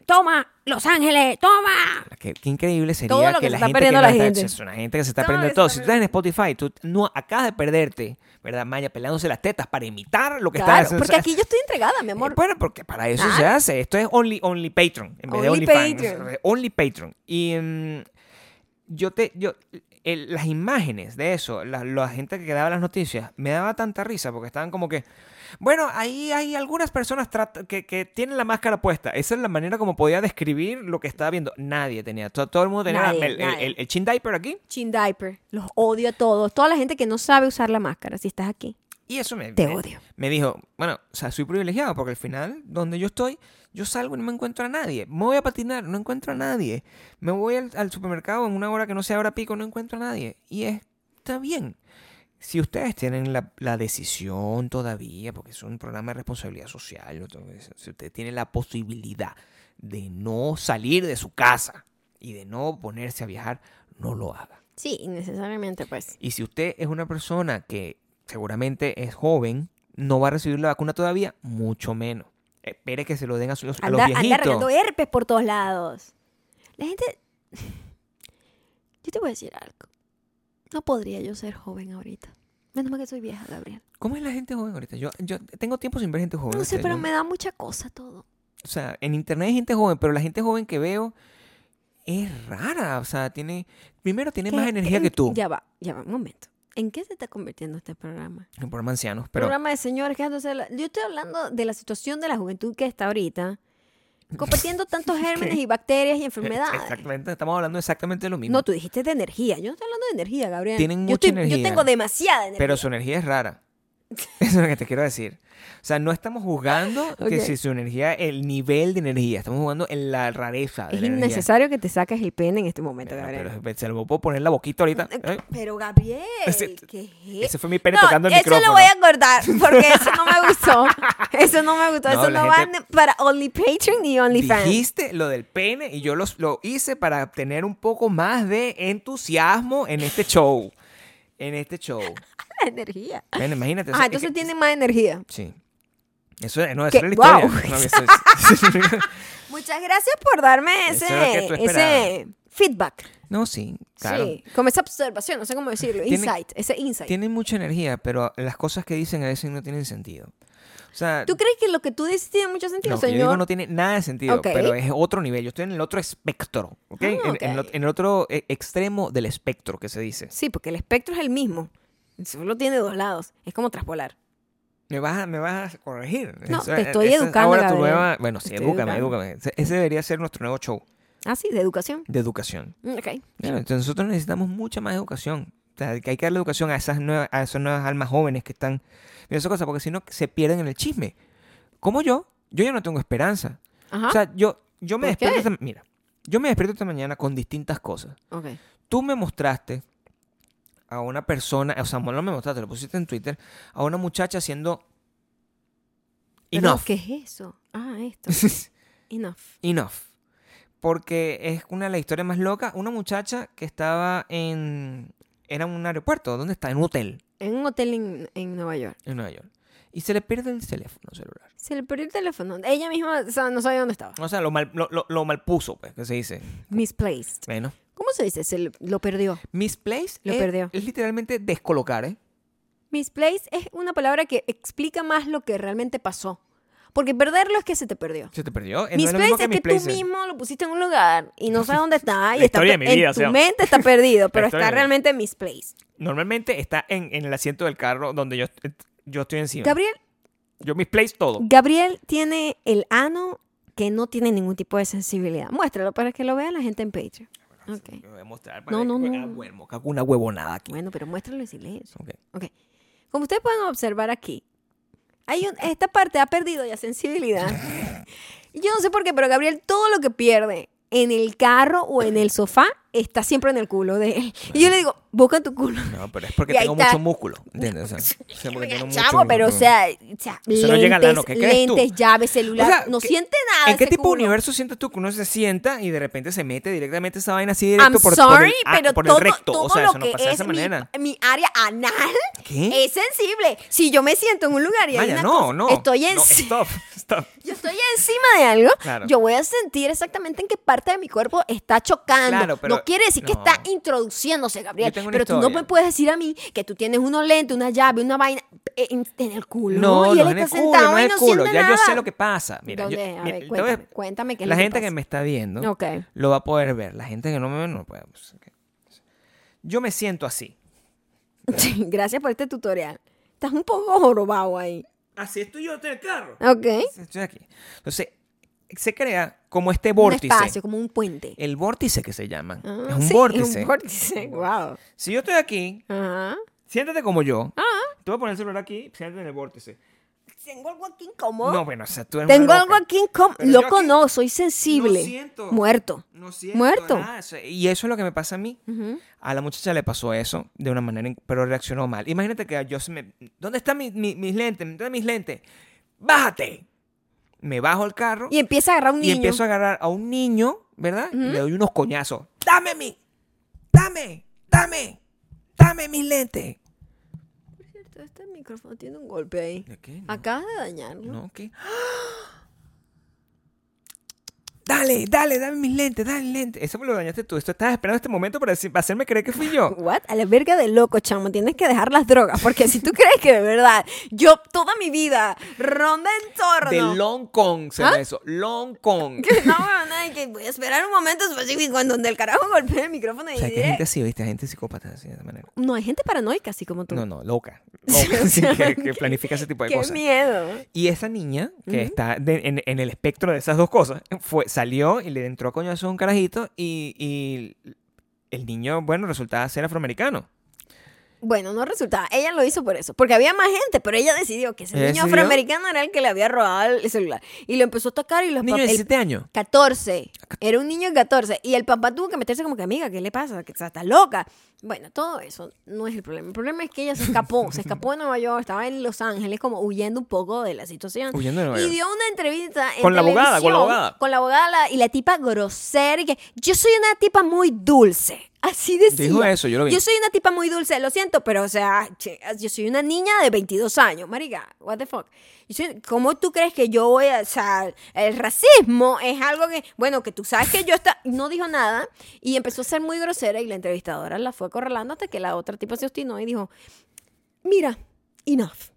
S1: toma, Los Ángeles, toma.
S2: Qué, qué increíble sería
S1: Todo lo que se
S2: la
S1: está
S2: gente
S1: perdiendo
S2: que no
S1: la
S2: está-
S1: gente.
S2: es una gente que se está
S1: Todo
S2: perdiendo
S1: eso
S2: todo.
S1: está
S2: Si tú estás en Spotify, tú no acabas de perderte, ¿verdad, Maya? Pelándose las tetas para imitar lo que estás
S1: Claro,
S2: haciendo.
S1: porque aquí yo estoy entregada, mi amor.
S2: Eh, bueno, porque para eso
S1: Ah.
S2: se hace. Esto es Only, only Patreon en vez de
S1: Only
S2: OnlyFans.
S1: Patreon.
S2: Only Patreon. Y mm, yo te. Yo, el- las imágenes de eso, la, la gente que daba las noticias, me daba tanta risa porque estaban como que. Bueno, ahí hay algunas personas trat- que, que tienen la máscara puesta. Esa es la manera como podía describir lo que estaba viendo. Nadie tenía. Todo, todo el mundo tenía
S1: Nadie,
S2: el, el-
S1: nadie.
S2: el- el chin diaper aquí.
S1: Chin diaper, los odio a todos, toda la gente que no sabe usar la máscara, si estás aquí,
S2: Y eso me.
S1: te
S2: me-
S1: odio.
S2: me dijo, bueno, o sea, soy privilegiado porque al final, donde yo estoy, yo salgo y no me encuentro a nadie. Me voy a patinar, no encuentro a nadie. Me voy al, al supermercado en una hora que no sea hora pico, no encuentro a nadie. Y está bien. Si ustedes tienen la, la decisión todavía, porque es un programa de responsabilidad social, ¿no? Entonces, si usted tiene la posibilidad de no salir de su casa y de no ponerse a viajar, no lo haga.
S1: Sí, innecesariamente, pues.
S2: Y si usted es una persona que seguramente es joven, no va a recibir la vacuna todavía, mucho menos. Espere que se lo den a, su- a
S1: Anda,
S2: los
S1: anda regando
S2: viejitos.
S1: herpes por todos lados. La gente. Yo te voy a decir algo. No podría yo ser joven ahorita. Menos mal que soy vieja, Gabriel.
S2: ¿Cómo es la gente joven ahorita? Yo, yo tengo tiempo sin ver gente joven.
S1: No sé,
S2: este,
S1: pero
S2: ¿no?
S1: me da mucha cosa todo.
S2: O sea, en internet hay gente joven, pero la gente joven que veo es rara. O sea, tiene. Primero, tiene más
S1: ¿Qué-
S2: energía
S1: en-
S2: que tú.
S1: Ya va, ya va, un momento. ¿En qué se está convirtiendo este programa?
S2: En programa ancianos, pero.
S1: programa de señores quejándose de la- Yo estoy hablando de la situación de la juventud que está ahorita, compartiendo tantos gérmenes y bacterias y
S2: eh,
S1: enfermedades.
S2: Exactamente, estamos hablando exactamente de lo mismo.
S1: No, tú dijiste de energía. Yo no estoy hablando de energía, Gabriel.
S2: Tienen
S1: yo,
S2: mucha
S1: estoy- yo
S2: energía.
S1: tengo demasiada energía.
S2: Pero su energía es rara. Eso es lo que te quiero decir. O sea, no estamos jugando que
S1: Ok.
S2: si su energía, el nivel de energía, estamos jugando en la rareza de
S1: es
S2: la energía.
S1: innecesario que te saques el pene en este momento,
S2: Bueno,
S1: Gabriel.
S2: pero se lo puedo poner en la boquita ahorita.
S1: Eh,
S2: Eh,
S1: Pero Gabriel,
S2: Ese-
S1: ¿qué es?
S2: Ese fue mi pene
S1: No,
S2: tocando el
S1: eso
S2: micrófono.
S1: lo voy a cortar porque eso no me gustó. Eso no me gustó.
S2: No,
S1: eso
S2: la
S1: no va
S2: gente-
S1: ni- para Only Patreon ni OnlyFans.
S2: Dijiste lo del pene y yo los- lo hice para obtener un poco más de entusiasmo en este show. En este show.
S1: La energía.
S2: Bueno, imagínate. o
S1: Ah,
S2: sea,
S1: entonces
S2: es que-
S1: tiene más energía.
S2: Sí. Eso es- no, esa
S1: ¿Qué?
S2: era la historia.
S1: ¡Guau!
S2: No, eso es-
S1: Muchas gracias por darme
S2: Eso
S1: ese,
S2: es lo que tú
S1: ese feedback.
S2: No, sí, claro.
S1: Sí, como esa observación, no sé cómo decirlo.
S2: Tiene-
S1: Insight, ese insight.
S2: Tienen mucha energía, pero las cosas que dicen a veces no tienen sentido. O sea,
S1: ¿Tú crees que lo que tú dices tiene mucho sentido,
S2: no, que yo digo
S1: señor?
S2: no tiene nada de sentido,
S1: Ok.
S2: pero es otro nivel. Yo estoy en el otro espectro, ¿ok?
S1: Ah,
S2: En- En, el,
S1: ok.
S2: ot- en el otro eh, extremo del espectro que se dice.
S1: Sí, porque el espectro es el mismo. Solo tiene dos lados. Es como traspolar.
S2: Me vas, a- me vas a corregir.
S1: No,
S2: Eso-
S1: te estoy
S2: esa es
S1: educando,
S2: Ahora tu
S1: Gabriel.
S2: nueva. Bueno, sí,
S1: Estoy
S2: edúcame,
S1: educando.
S2: edúcame. Ese- Ese debería ser nuestro nuevo show
S1: Ah, sí, de educación.
S2: de educación.
S1: Mm, Ok.
S2: Claro, entonces nosotros necesitamos mucha más educación. O sea, que hay que darle educación a esas nuevas, a esas nuevas almas jóvenes que están viendo esas cosas, porque si no se pierden en el chisme. Como yo, yo ya no tengo esperanza.
S1: Ajá.
S2: O sea, yo, yo me
S1: ¿Por qué?
S2: despierto esta, mira, yo me despierto esta mañana con distintas cosas.
S1: ok.
S2: Tú me mostraste a una persona, o sea, no me mostraste, lo pusiste en Twitter, a una muchacha haciendo
S1: Pero,
S2: enough,
S1: ¿Qué es eso? Ah, esto. Enough.
S2: enough. Porque es una de las historias más locas, una muchacha que estaba en era en un aeropuerto, ¿dónde está? En un hotel
S1: En un hotel en, en Nueva York.
S2: en Nueva York. Y se le pierde el teléfono celular.
S1: Se le perdió el teléfono. Ella misma o sea, no sabía dónde estaba.
S2: O sea, lo mal lo, lo- lo malpuso, pues, que se dice.
S1: Misplaced.
S2: Bueno,
S1: ¿Cómo se dice? Se le- lo perdió.
S2: misplace
S1: Lo
S2: es-
S1: perdió.
S2: es literalmente descolocar, ¿eh?
S1: Misplaced es una palabra que explica más lo que realmente pasó. Porque perderlo es que se te perdió.
S2: Se te perdió. Eh, no es lo mismo
S1: Misplaced es que tú
S2: misplaces.
S1: mismo lo pusiste en un lugar y no sabes dónde está. y está
S2: La historia de
S1: pe-
S2: mi vida,
S1: en
S2: o
S1: tu
S2: sea.
S1: mente está perdido, pero
S2: historia de
S1: está
S2: mi-
S1: realmente misplaced.
S2: Normalmente está en, en el asiento del carro donde yo, est- yo estoy encima.
S1: Gabriel,
S2: yo misplace todo.
S1: Gabriel tiene el ano que no tiene ningún tipo de sensibilidad. Muéstralo para que lo vea la gente en Patreon. Ok.
S2: Yo voy a mostrar
S1: No, no, no.
S2: Ah, bueno, cago una huevonada aquí.
S1: Bueno, pero muéstralo en silencio.
S2: Ok.
S1: Como ustedes pueden observar aquí, hay un- esta parte ha perdido ya sensibilidad. Y Yo no sé por qué, pero Gabriel todo lo que pierde en el carro o en el sofá está siempre en el culo de él. Y yo le digo, busca tu culo.
S2: No, pero es porque
S1: Y ahí
S2: tengo
S1: está.
S2: mucho músculo. ¿Entiendes? O sea, o sea, porque tengo mucho
S1: Chamo, pero o
S2: músculo.
S1: sea, o sea,
S2: Eso
S1: lentes,
S2: no llega al ano, ¿qué crees tú?
S1: lentes, llaves, celular,
S2: O sea,
S1: no
S2: ¿qué-
S1: siente nada.
S2: ¿En qué
S1: ese
S2: tipo
S1: culo.
S2: de universo sientes tú que uno se sienta y de repente se mete directamente esa vaina así directo
S1: I'm
S2: por, por
S1: sorry,
S2: el, ah,
S1: pero
S2: por el
S1: todo,
S2: recto?
S1: todo
S2: o sea,
S1: lo
S2: eso no
S1: que
S2: pasa de
S1: es
S2: esa
S1: mi,
S2: manera.
S1: mi área anal
S2: ¿Qué?
S1: es sensible. Si yo me siento en un lugar y hay
S2: Maya,
S1: una
S2: no,
S1: cosa-
S2: no.
S1: estoy en
S2: no, Stop, stop.
S1: yo estoy encima de algo,
S2: Claro.
S1: yo voy a sentir exactamente en qué parte de mi cuerpo está chocando.
S2: Claro, pero-
S1: no quiere decir que
S2: no.
S1: está introduciéndose, Gabriel.
S2: Yo tengo una
S1: Pero tú no
S2: historia.
S1: me puedes decir a mí que tú tienes unos lentes, una llave, una vaina eh, en, en el culo. y él
S2: no es en
S1: está
S2: el culo,
S1: sentado
S2: no
S1: y
S2: es
S1: no
S2: el culo.
S1: siente
S2: Ya yo
S1: nada.
S2: sé lo que pasa. Mira, yo-
S1: ¿Dónde? A
S2: mira,
S1: ver,
S2: te voy a-
S1: cuéntame, cuéntame qué es
S2: la
S1: lo que
S2: gente que
S1: pasa.
S2: me está viendo
S1: Ok.
S2: lo va a poder ver. La gente que no me ve no lo puede. pues, ok. Yo me siento así.
S1: Sí, Gracias por este tutorial. Estás un poco jorobado ahí.
S2: Así Ah, estoy yo en el carro.
S1: Ok.
S2: Estoy aquí. Entonces, se crea como este
S1: Un
S2: vórtice.
S1: espacio, como un puente.
S2: El vórtice que se llama.
S1: Ah,
S2: es un
S1: sí,
S2: vórtice.
S1: un vórtice, wow.
S2: si yo estoy aquí,
S1: Ajá.
S2: siéntate como yo.
S1: Ah.
S2: Te voy a poner el celular aquí, siéntate en el vórtice.
S1: Tengo algo aquí incómomodo.
S2: No, bueno, o sea, tú eres
S1: Tengo
S2: una
S1: algo
S2: loca.
S1: aquí incómodo.
S2: Pero yo
S1: Loco,
S2: aquí
S1: no, soy sensible.
S2: no siento.
S1: Muerto.
S2: No siento
S1: Muerto.
S2: nada. O sea, Y eso es lo que me pasa a mí.
S1: Ujú.
S2: A la muchacha le pasó eso de una manera, in- pero reaccionó mal. Imagínate que yo se me. ¿Dónde están mi- mi- mis lentes? ¿Dónde están mis lentes? ¡Bájate! Me bajo el carro
S1: Y empieza a agarrar un
S2: y
S1: niño.
S2: empiezo a agarrar a un niño, ¿verdad? Y le doy unos coñazos. ¡Dame mi! ¡Dame! ¡Dame! ¡Dame mis lentes!
S1: Por cierto, este micrófono tiene un golpe ahí.
S2: ¿De qué? No,
S1: Acabas de dañarlo.
S2: no, ¿qué? Dale, dale, dame mis lentes, dale lentes. Eso me lo dañaste tú. Esto estabas esperando este momento para, decir- para hacerme creer que fui yo.
S1: What? A la verga de loco, chamo. Tienes que dejar las drogas. Porque si tú crees que de verdad, yo toda mi vida ronda en torno.
S2: De Long Kong
S1: ¿Ah?
S2: se llama eso. Long Kong.
S1: Que no, huevona, y que voy a esperar un momento específico en donde el carajo golpee el micrófono y
S2: O sea, que hay
S1: diré-
S2: gente así, ¿viste? Hay gente psicópata así de esa manera.
S1: No, hay gente paranoica así como tú.
S2: No, no, loca.
S1: Sí,
S2: Loca,
S1: o
S2: sí,
S1: sea,
S2: que, que
S1: qué-
S2: planifica ese tipo de
S1: ¡Qué
S2: cosas.
S1: miedo!
S2: Y esa niña, que está de- en, en el espectro de esas dos cosas, fue, salió y le entró a coñazo a un carajito y, y el niño, bueno, resultaba ser afroamericano.
S1: Bueno, no resultaba. Ella lo hizo por eso. Porque había más gente, pero ella decidió que ese
S2: ¿Ella
S1: niño
S2: decidió?
S1: afroamericano era el que le había robado el celular. Y lo empezó a tocar y los
S2: Un niño de
S1: pap- el
S2: 7 años.
S1: 14. Era un niño de 14. Y el papá tuvo que meterse como que, amiga, ¿qué le pasa? Que está está loca. Bueno, todo eso no es el problema. El problema es que ella se escapó. se escapó de Nueva York, estaba en Los Ángeles como huyendo un poco de la situación.
S2: Huyendo de Nueva
S1: y
S2: York.
S1: dio una entrevista en
S2: Con la abogada, con la
S1: televisión,
S2: abogada.
S1: Con la abogada la- y la tipa grosera y que yo soy una tipa muy dulce. Así decía.
S2: Dijo eso, yo lo vi.
S1: soy una tipa muy dulce, lo siento, pero o sea, che, yo soy una niña de 22 años, marica, what the fuck. Yo soy- ¿Cómo tú crees que yo voy a, o sea, el racismo es algo que, bueno, que tú sabes que yo está, no dijo nada y empezó a ser muy grosera y la entrevistadora la fue acorralando hasta que la otra tipa se obstinó y dijo, mira, enough.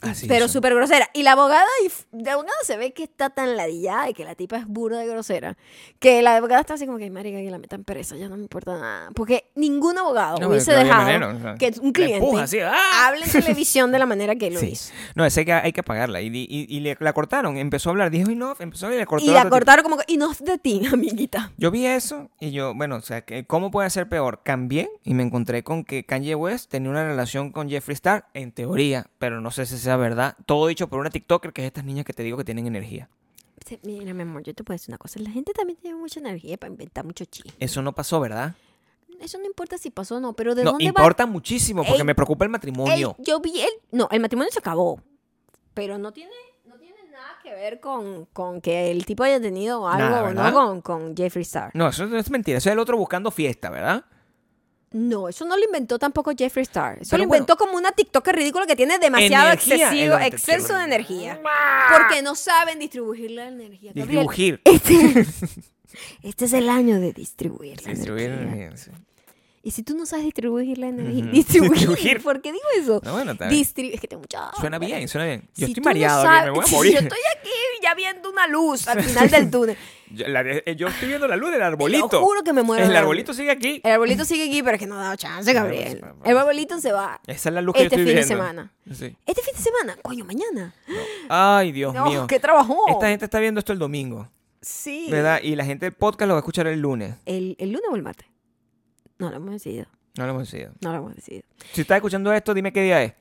S2: Así
S1: pero
S2: son.
S1: súper grosera. Y la abogada, y f- la abogada se ve que está tan ladillada y que la tipa es burda de grosera, que la abogada está así como que, marica, que la metan presa, ya no me importa nada. Porque ningún abogado
S2: No,
S1: hubiese
S2: pero que
S1: dejado
S2: manera, o sea,
S1: que
S2: la
S1: un cliente
S2: empuja así, ¡ah!
S1: hable en televisión de la manera que lo
S2: Sí.
S1: hizo.
S2: No, ese que hay que pagarla. Y, y- y le- la cortaron. Empezó a hablar. Dijo y no, empezó y le cortó.
S1: Y
S2: al
S1: la
S2: otro tipo.
S1: cortaron como que, enough de ti, amiguita.
S2: Yo vi eso y yo, bueno, o sea, que- ¿cómo puede ser peor? Cambié y me encontré con que Kanye West tenía una relación con Jeffree Star, en teoría, pero no sé si sea verdad. Todo dicho por una TikToker, que es estas niñas que te digo que tienen energía.
S1: Sí, Mira, mi amor, yo te puedo decir una cosa. La gente también tiene mucha energía para inventar mucho chisme.
S2: Eso no pasó, ¿verdad?
S1: Eso no importa si pasó o no, pero ¿de
S2: No,
S1: dónde va
S2: importa muchísimo porque
S1: Pues Ey,
S2: me preocupa el
S1: El-
S2: matrimonio.
S1: yo vi el. No, el matrimonio se acabó. Pero no tiene, no tiene nada que ver con, con que el tipo haya tenido algo
S2: Nada,
S1: o no
S2: ¿verdad?
S1: con, con Jeffree Star.
S2: No, eso no es mentira. Eso es el otro buscando fiesta, ¿verdad?
S1: No, eso no lo inventó tampoco Jeffree Star. Eso
S2: Pero
S1: lo inventó como una TikToker ridícula que tiene demasiado
S2: Energía,
S1: excesivo,
S2: el-
S1: exceso de energía. Porque no saben distribuir la energía. Gabriel,
S2: Distribuir.
S1: Este, este es el año de distribuir la
S2: Distribuir
S1: energía.
S2: energía, sí.
S1: Y si tú no sabes distribuir la energía,
S2: Ujú.
S1: distribuir,
S2: Distribuir.
S1: ¿por qué digo eso?
S2: No, bueno, está bien.
S1: Distribuir, es que tengo mucha
S2: Suena
S1: hambre.
S2: bien, suena bien. Yo
S1: Si
S2: estoy
S1: tú no
S2: mareado, yo
S1: sabes-
S2: me voy a
S1: si
S2: morir.
S1: yo estoy aquí ya viendo una luz al final del túnel.
S2: Yo, la- eh, yo estoy viendo la luz del
S1: Te
S2: arbolito.
S1: lo juro que me mueve.
S2: El
S1: el hambre.
S2: arbolito sigue aquí.
S1: El arbolito sigue aquí, pero es que no ha dado chance, Gabriel.
S2: Bueno,
S1: El arbolito se va.
S2: Esa es la luz que yo
S1: Este
S2: estoy
S1: fin de
S2: viendo.
S1: semana.
S2: Sí.
S1: Este fin de semana, coño, mañana.
S2: Ay, Dios
S1: No,
S2: mío.
S1: qué trabajó.
S2: Esta gente está viendo esto el domingo,
S1: Sí.
S2: ¿verdad? Y la gente del podcast lo va a escuchar el lunes.
S1: El, el lunes o el martes. No lo hemos decidido.
S2: No lo hemos decidido.
S1: No lo hemos decidido.
S2: Si estás escuchando esto, dime qué día es.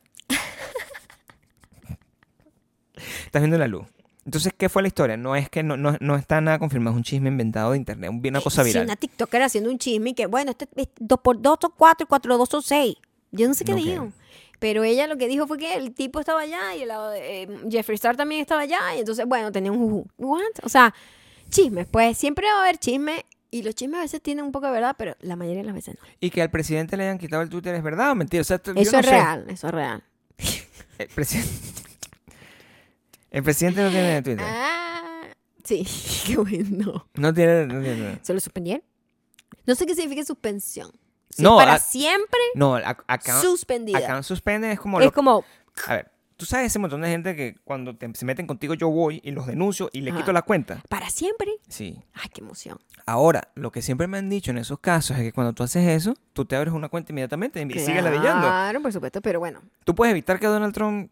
S2: estás viendo la luz. Entonces, ¿qué fue la historia? No es que no, no, no está nada confirmado, es un chisme inventado de internet, un- una cosa
S1: Sí,
S2: viral.
S1: una TikToker haciendo un chisme y que, bueno, este, 2 por 2 son 4 y 4 2 son 6. Yo no sé qué
S2: Ok.
S1: dijo. Pero ella lo que dijo fue que el tipo estaba allá y el, eh, Jeffree Star también estaba allá. Y entonces, bueno, tenía un juju. What? O sea, chismes. Pues siempre va a haber chisme. Y los chismes a veces tienen un poco de verdad, pero la mayoría de las veces no.
S2: Y que al presidente le hayan quitado el Twitter, ¿es verdad o mentira? O sea, t- yo
S1: Eso
S2: no
S1: es
S2: sé.
S1: real, eso es real.
S2: El, presidente... el presidente no tiene Twitter.
S1: Ah, sí, qué bueno.
S2: No tiene... No, tiene-
S1: ¿Se lo suspendieron? No sé qué significa suspensión. Si
S2: No,
S1: es para
S2: ah,
S1: siempre
S2: no ac- acá,
S1: suspendida.
S2: acá suspenden, es como
S1: es
S2: lo
S1: como,
S2: A ver, tú sabes ese montón de gente que cuando te- se meten contigo yo voy y los denuncio y le
S1: Ajá.
S2: quito la cuenta.
S1: para siempre.
S2: Sí.
S1: Ay, qué emoción.
S2: Ahora, lo que siempre me han dicho en esos casos es que cuando tú haces eso, tú te abres una cuenta inmediatamente y sigues ladillando.
S1: Claro, por supuesto, pero bueno.
S2: Tú puedes evitar que Donald Trump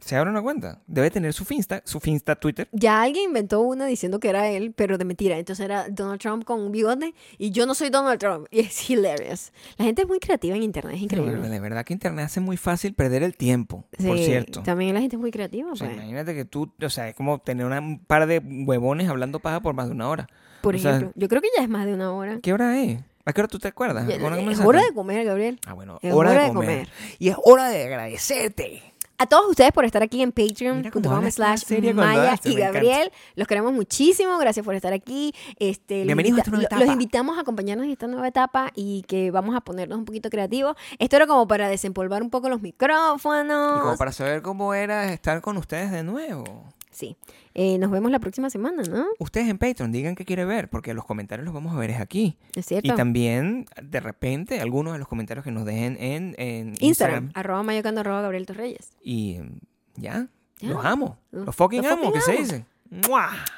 S2: se abra una cuenta. Debe tener su Finsta, su Finsta Twitter.
S1: Ya alguien inventó una diciendo que era él, pero de mentira. Entonces era Donald Trump con un bigote y yo no soy Donald Trump. Y es hilarious. La gente es muy creativa en internet, es
S2: Pero
S1: increíble.
S2: de verdad que internet hace muy fácil perder el tiempo, por
S1: Sí,
S2: cierto.
S1: También la gente es muy creativa,
S2: O sea,
S1: pues.
S2: imagínate que tú, o sea, es como tener una- un par de huevones hablando paja por más de una hora.
S1: Por
S2: o sea-
S1: ejemplo, yo creo que ya es más de una hora.
S2: ¿Qué hora es? ¿A qué hora tú te acuerdas?
S1: Ya- eh,
S2: ¿A qué hora
S1: es
S2: comenzaste?
S1: hora de comer, Gabriel.
S2: Ah, bueno,
S1: Es
S2: hora,
S1: hora
S2: de,
S1: de
S2: comer.
S1: comer.
S2: Y es hora de agradecerte.
S1: a todos ustedes por estar aquí en
S2: Mira cómo
S1: patreon.com
S2: hablas
S1: slash
S2: tan seria cuando
S1: Maya
S2: hablas, me
S1: y
S2: encanta.
S1: Gabriel. Los queremos muchísimo, gracias por estar aquí. Este, los
S2: Bienvenidos a
S1: invita-
S2: esta nueva
S1: lo-
S2: etapa.
S1: Los invitamos a acompañarnos en esta nueva etapa y que vamos a ponernos un poquito creativos. Esto era como para desempolvar un poco los
S2: Y como
S1: micrófonos.
S2: para saber cómo era estar con ustedes de nuevo.
S1: Sí. Eh, nos vemos la próxima semana, ¿no?
S2: Ustedes en Patreon, digan qué quiere ver, porque los comentarios los vamos a ver es aquí.
S1: Es
S2: Y
S1: cierto.
S2: también, de repente, algunos de los comentarios que nos dejen en, en
S1: Instagram, arroba mayocando, arroba Gabriel Torreyes.
S2: Y mm, ya,
S1: Ya.
S2: los amo.
S1: Mm.
S2: Los fucking
S1: Los
S2: amo,
S1: fucking
S2: ¿qué se
S1: amo.
S2: dice? ¡Mua!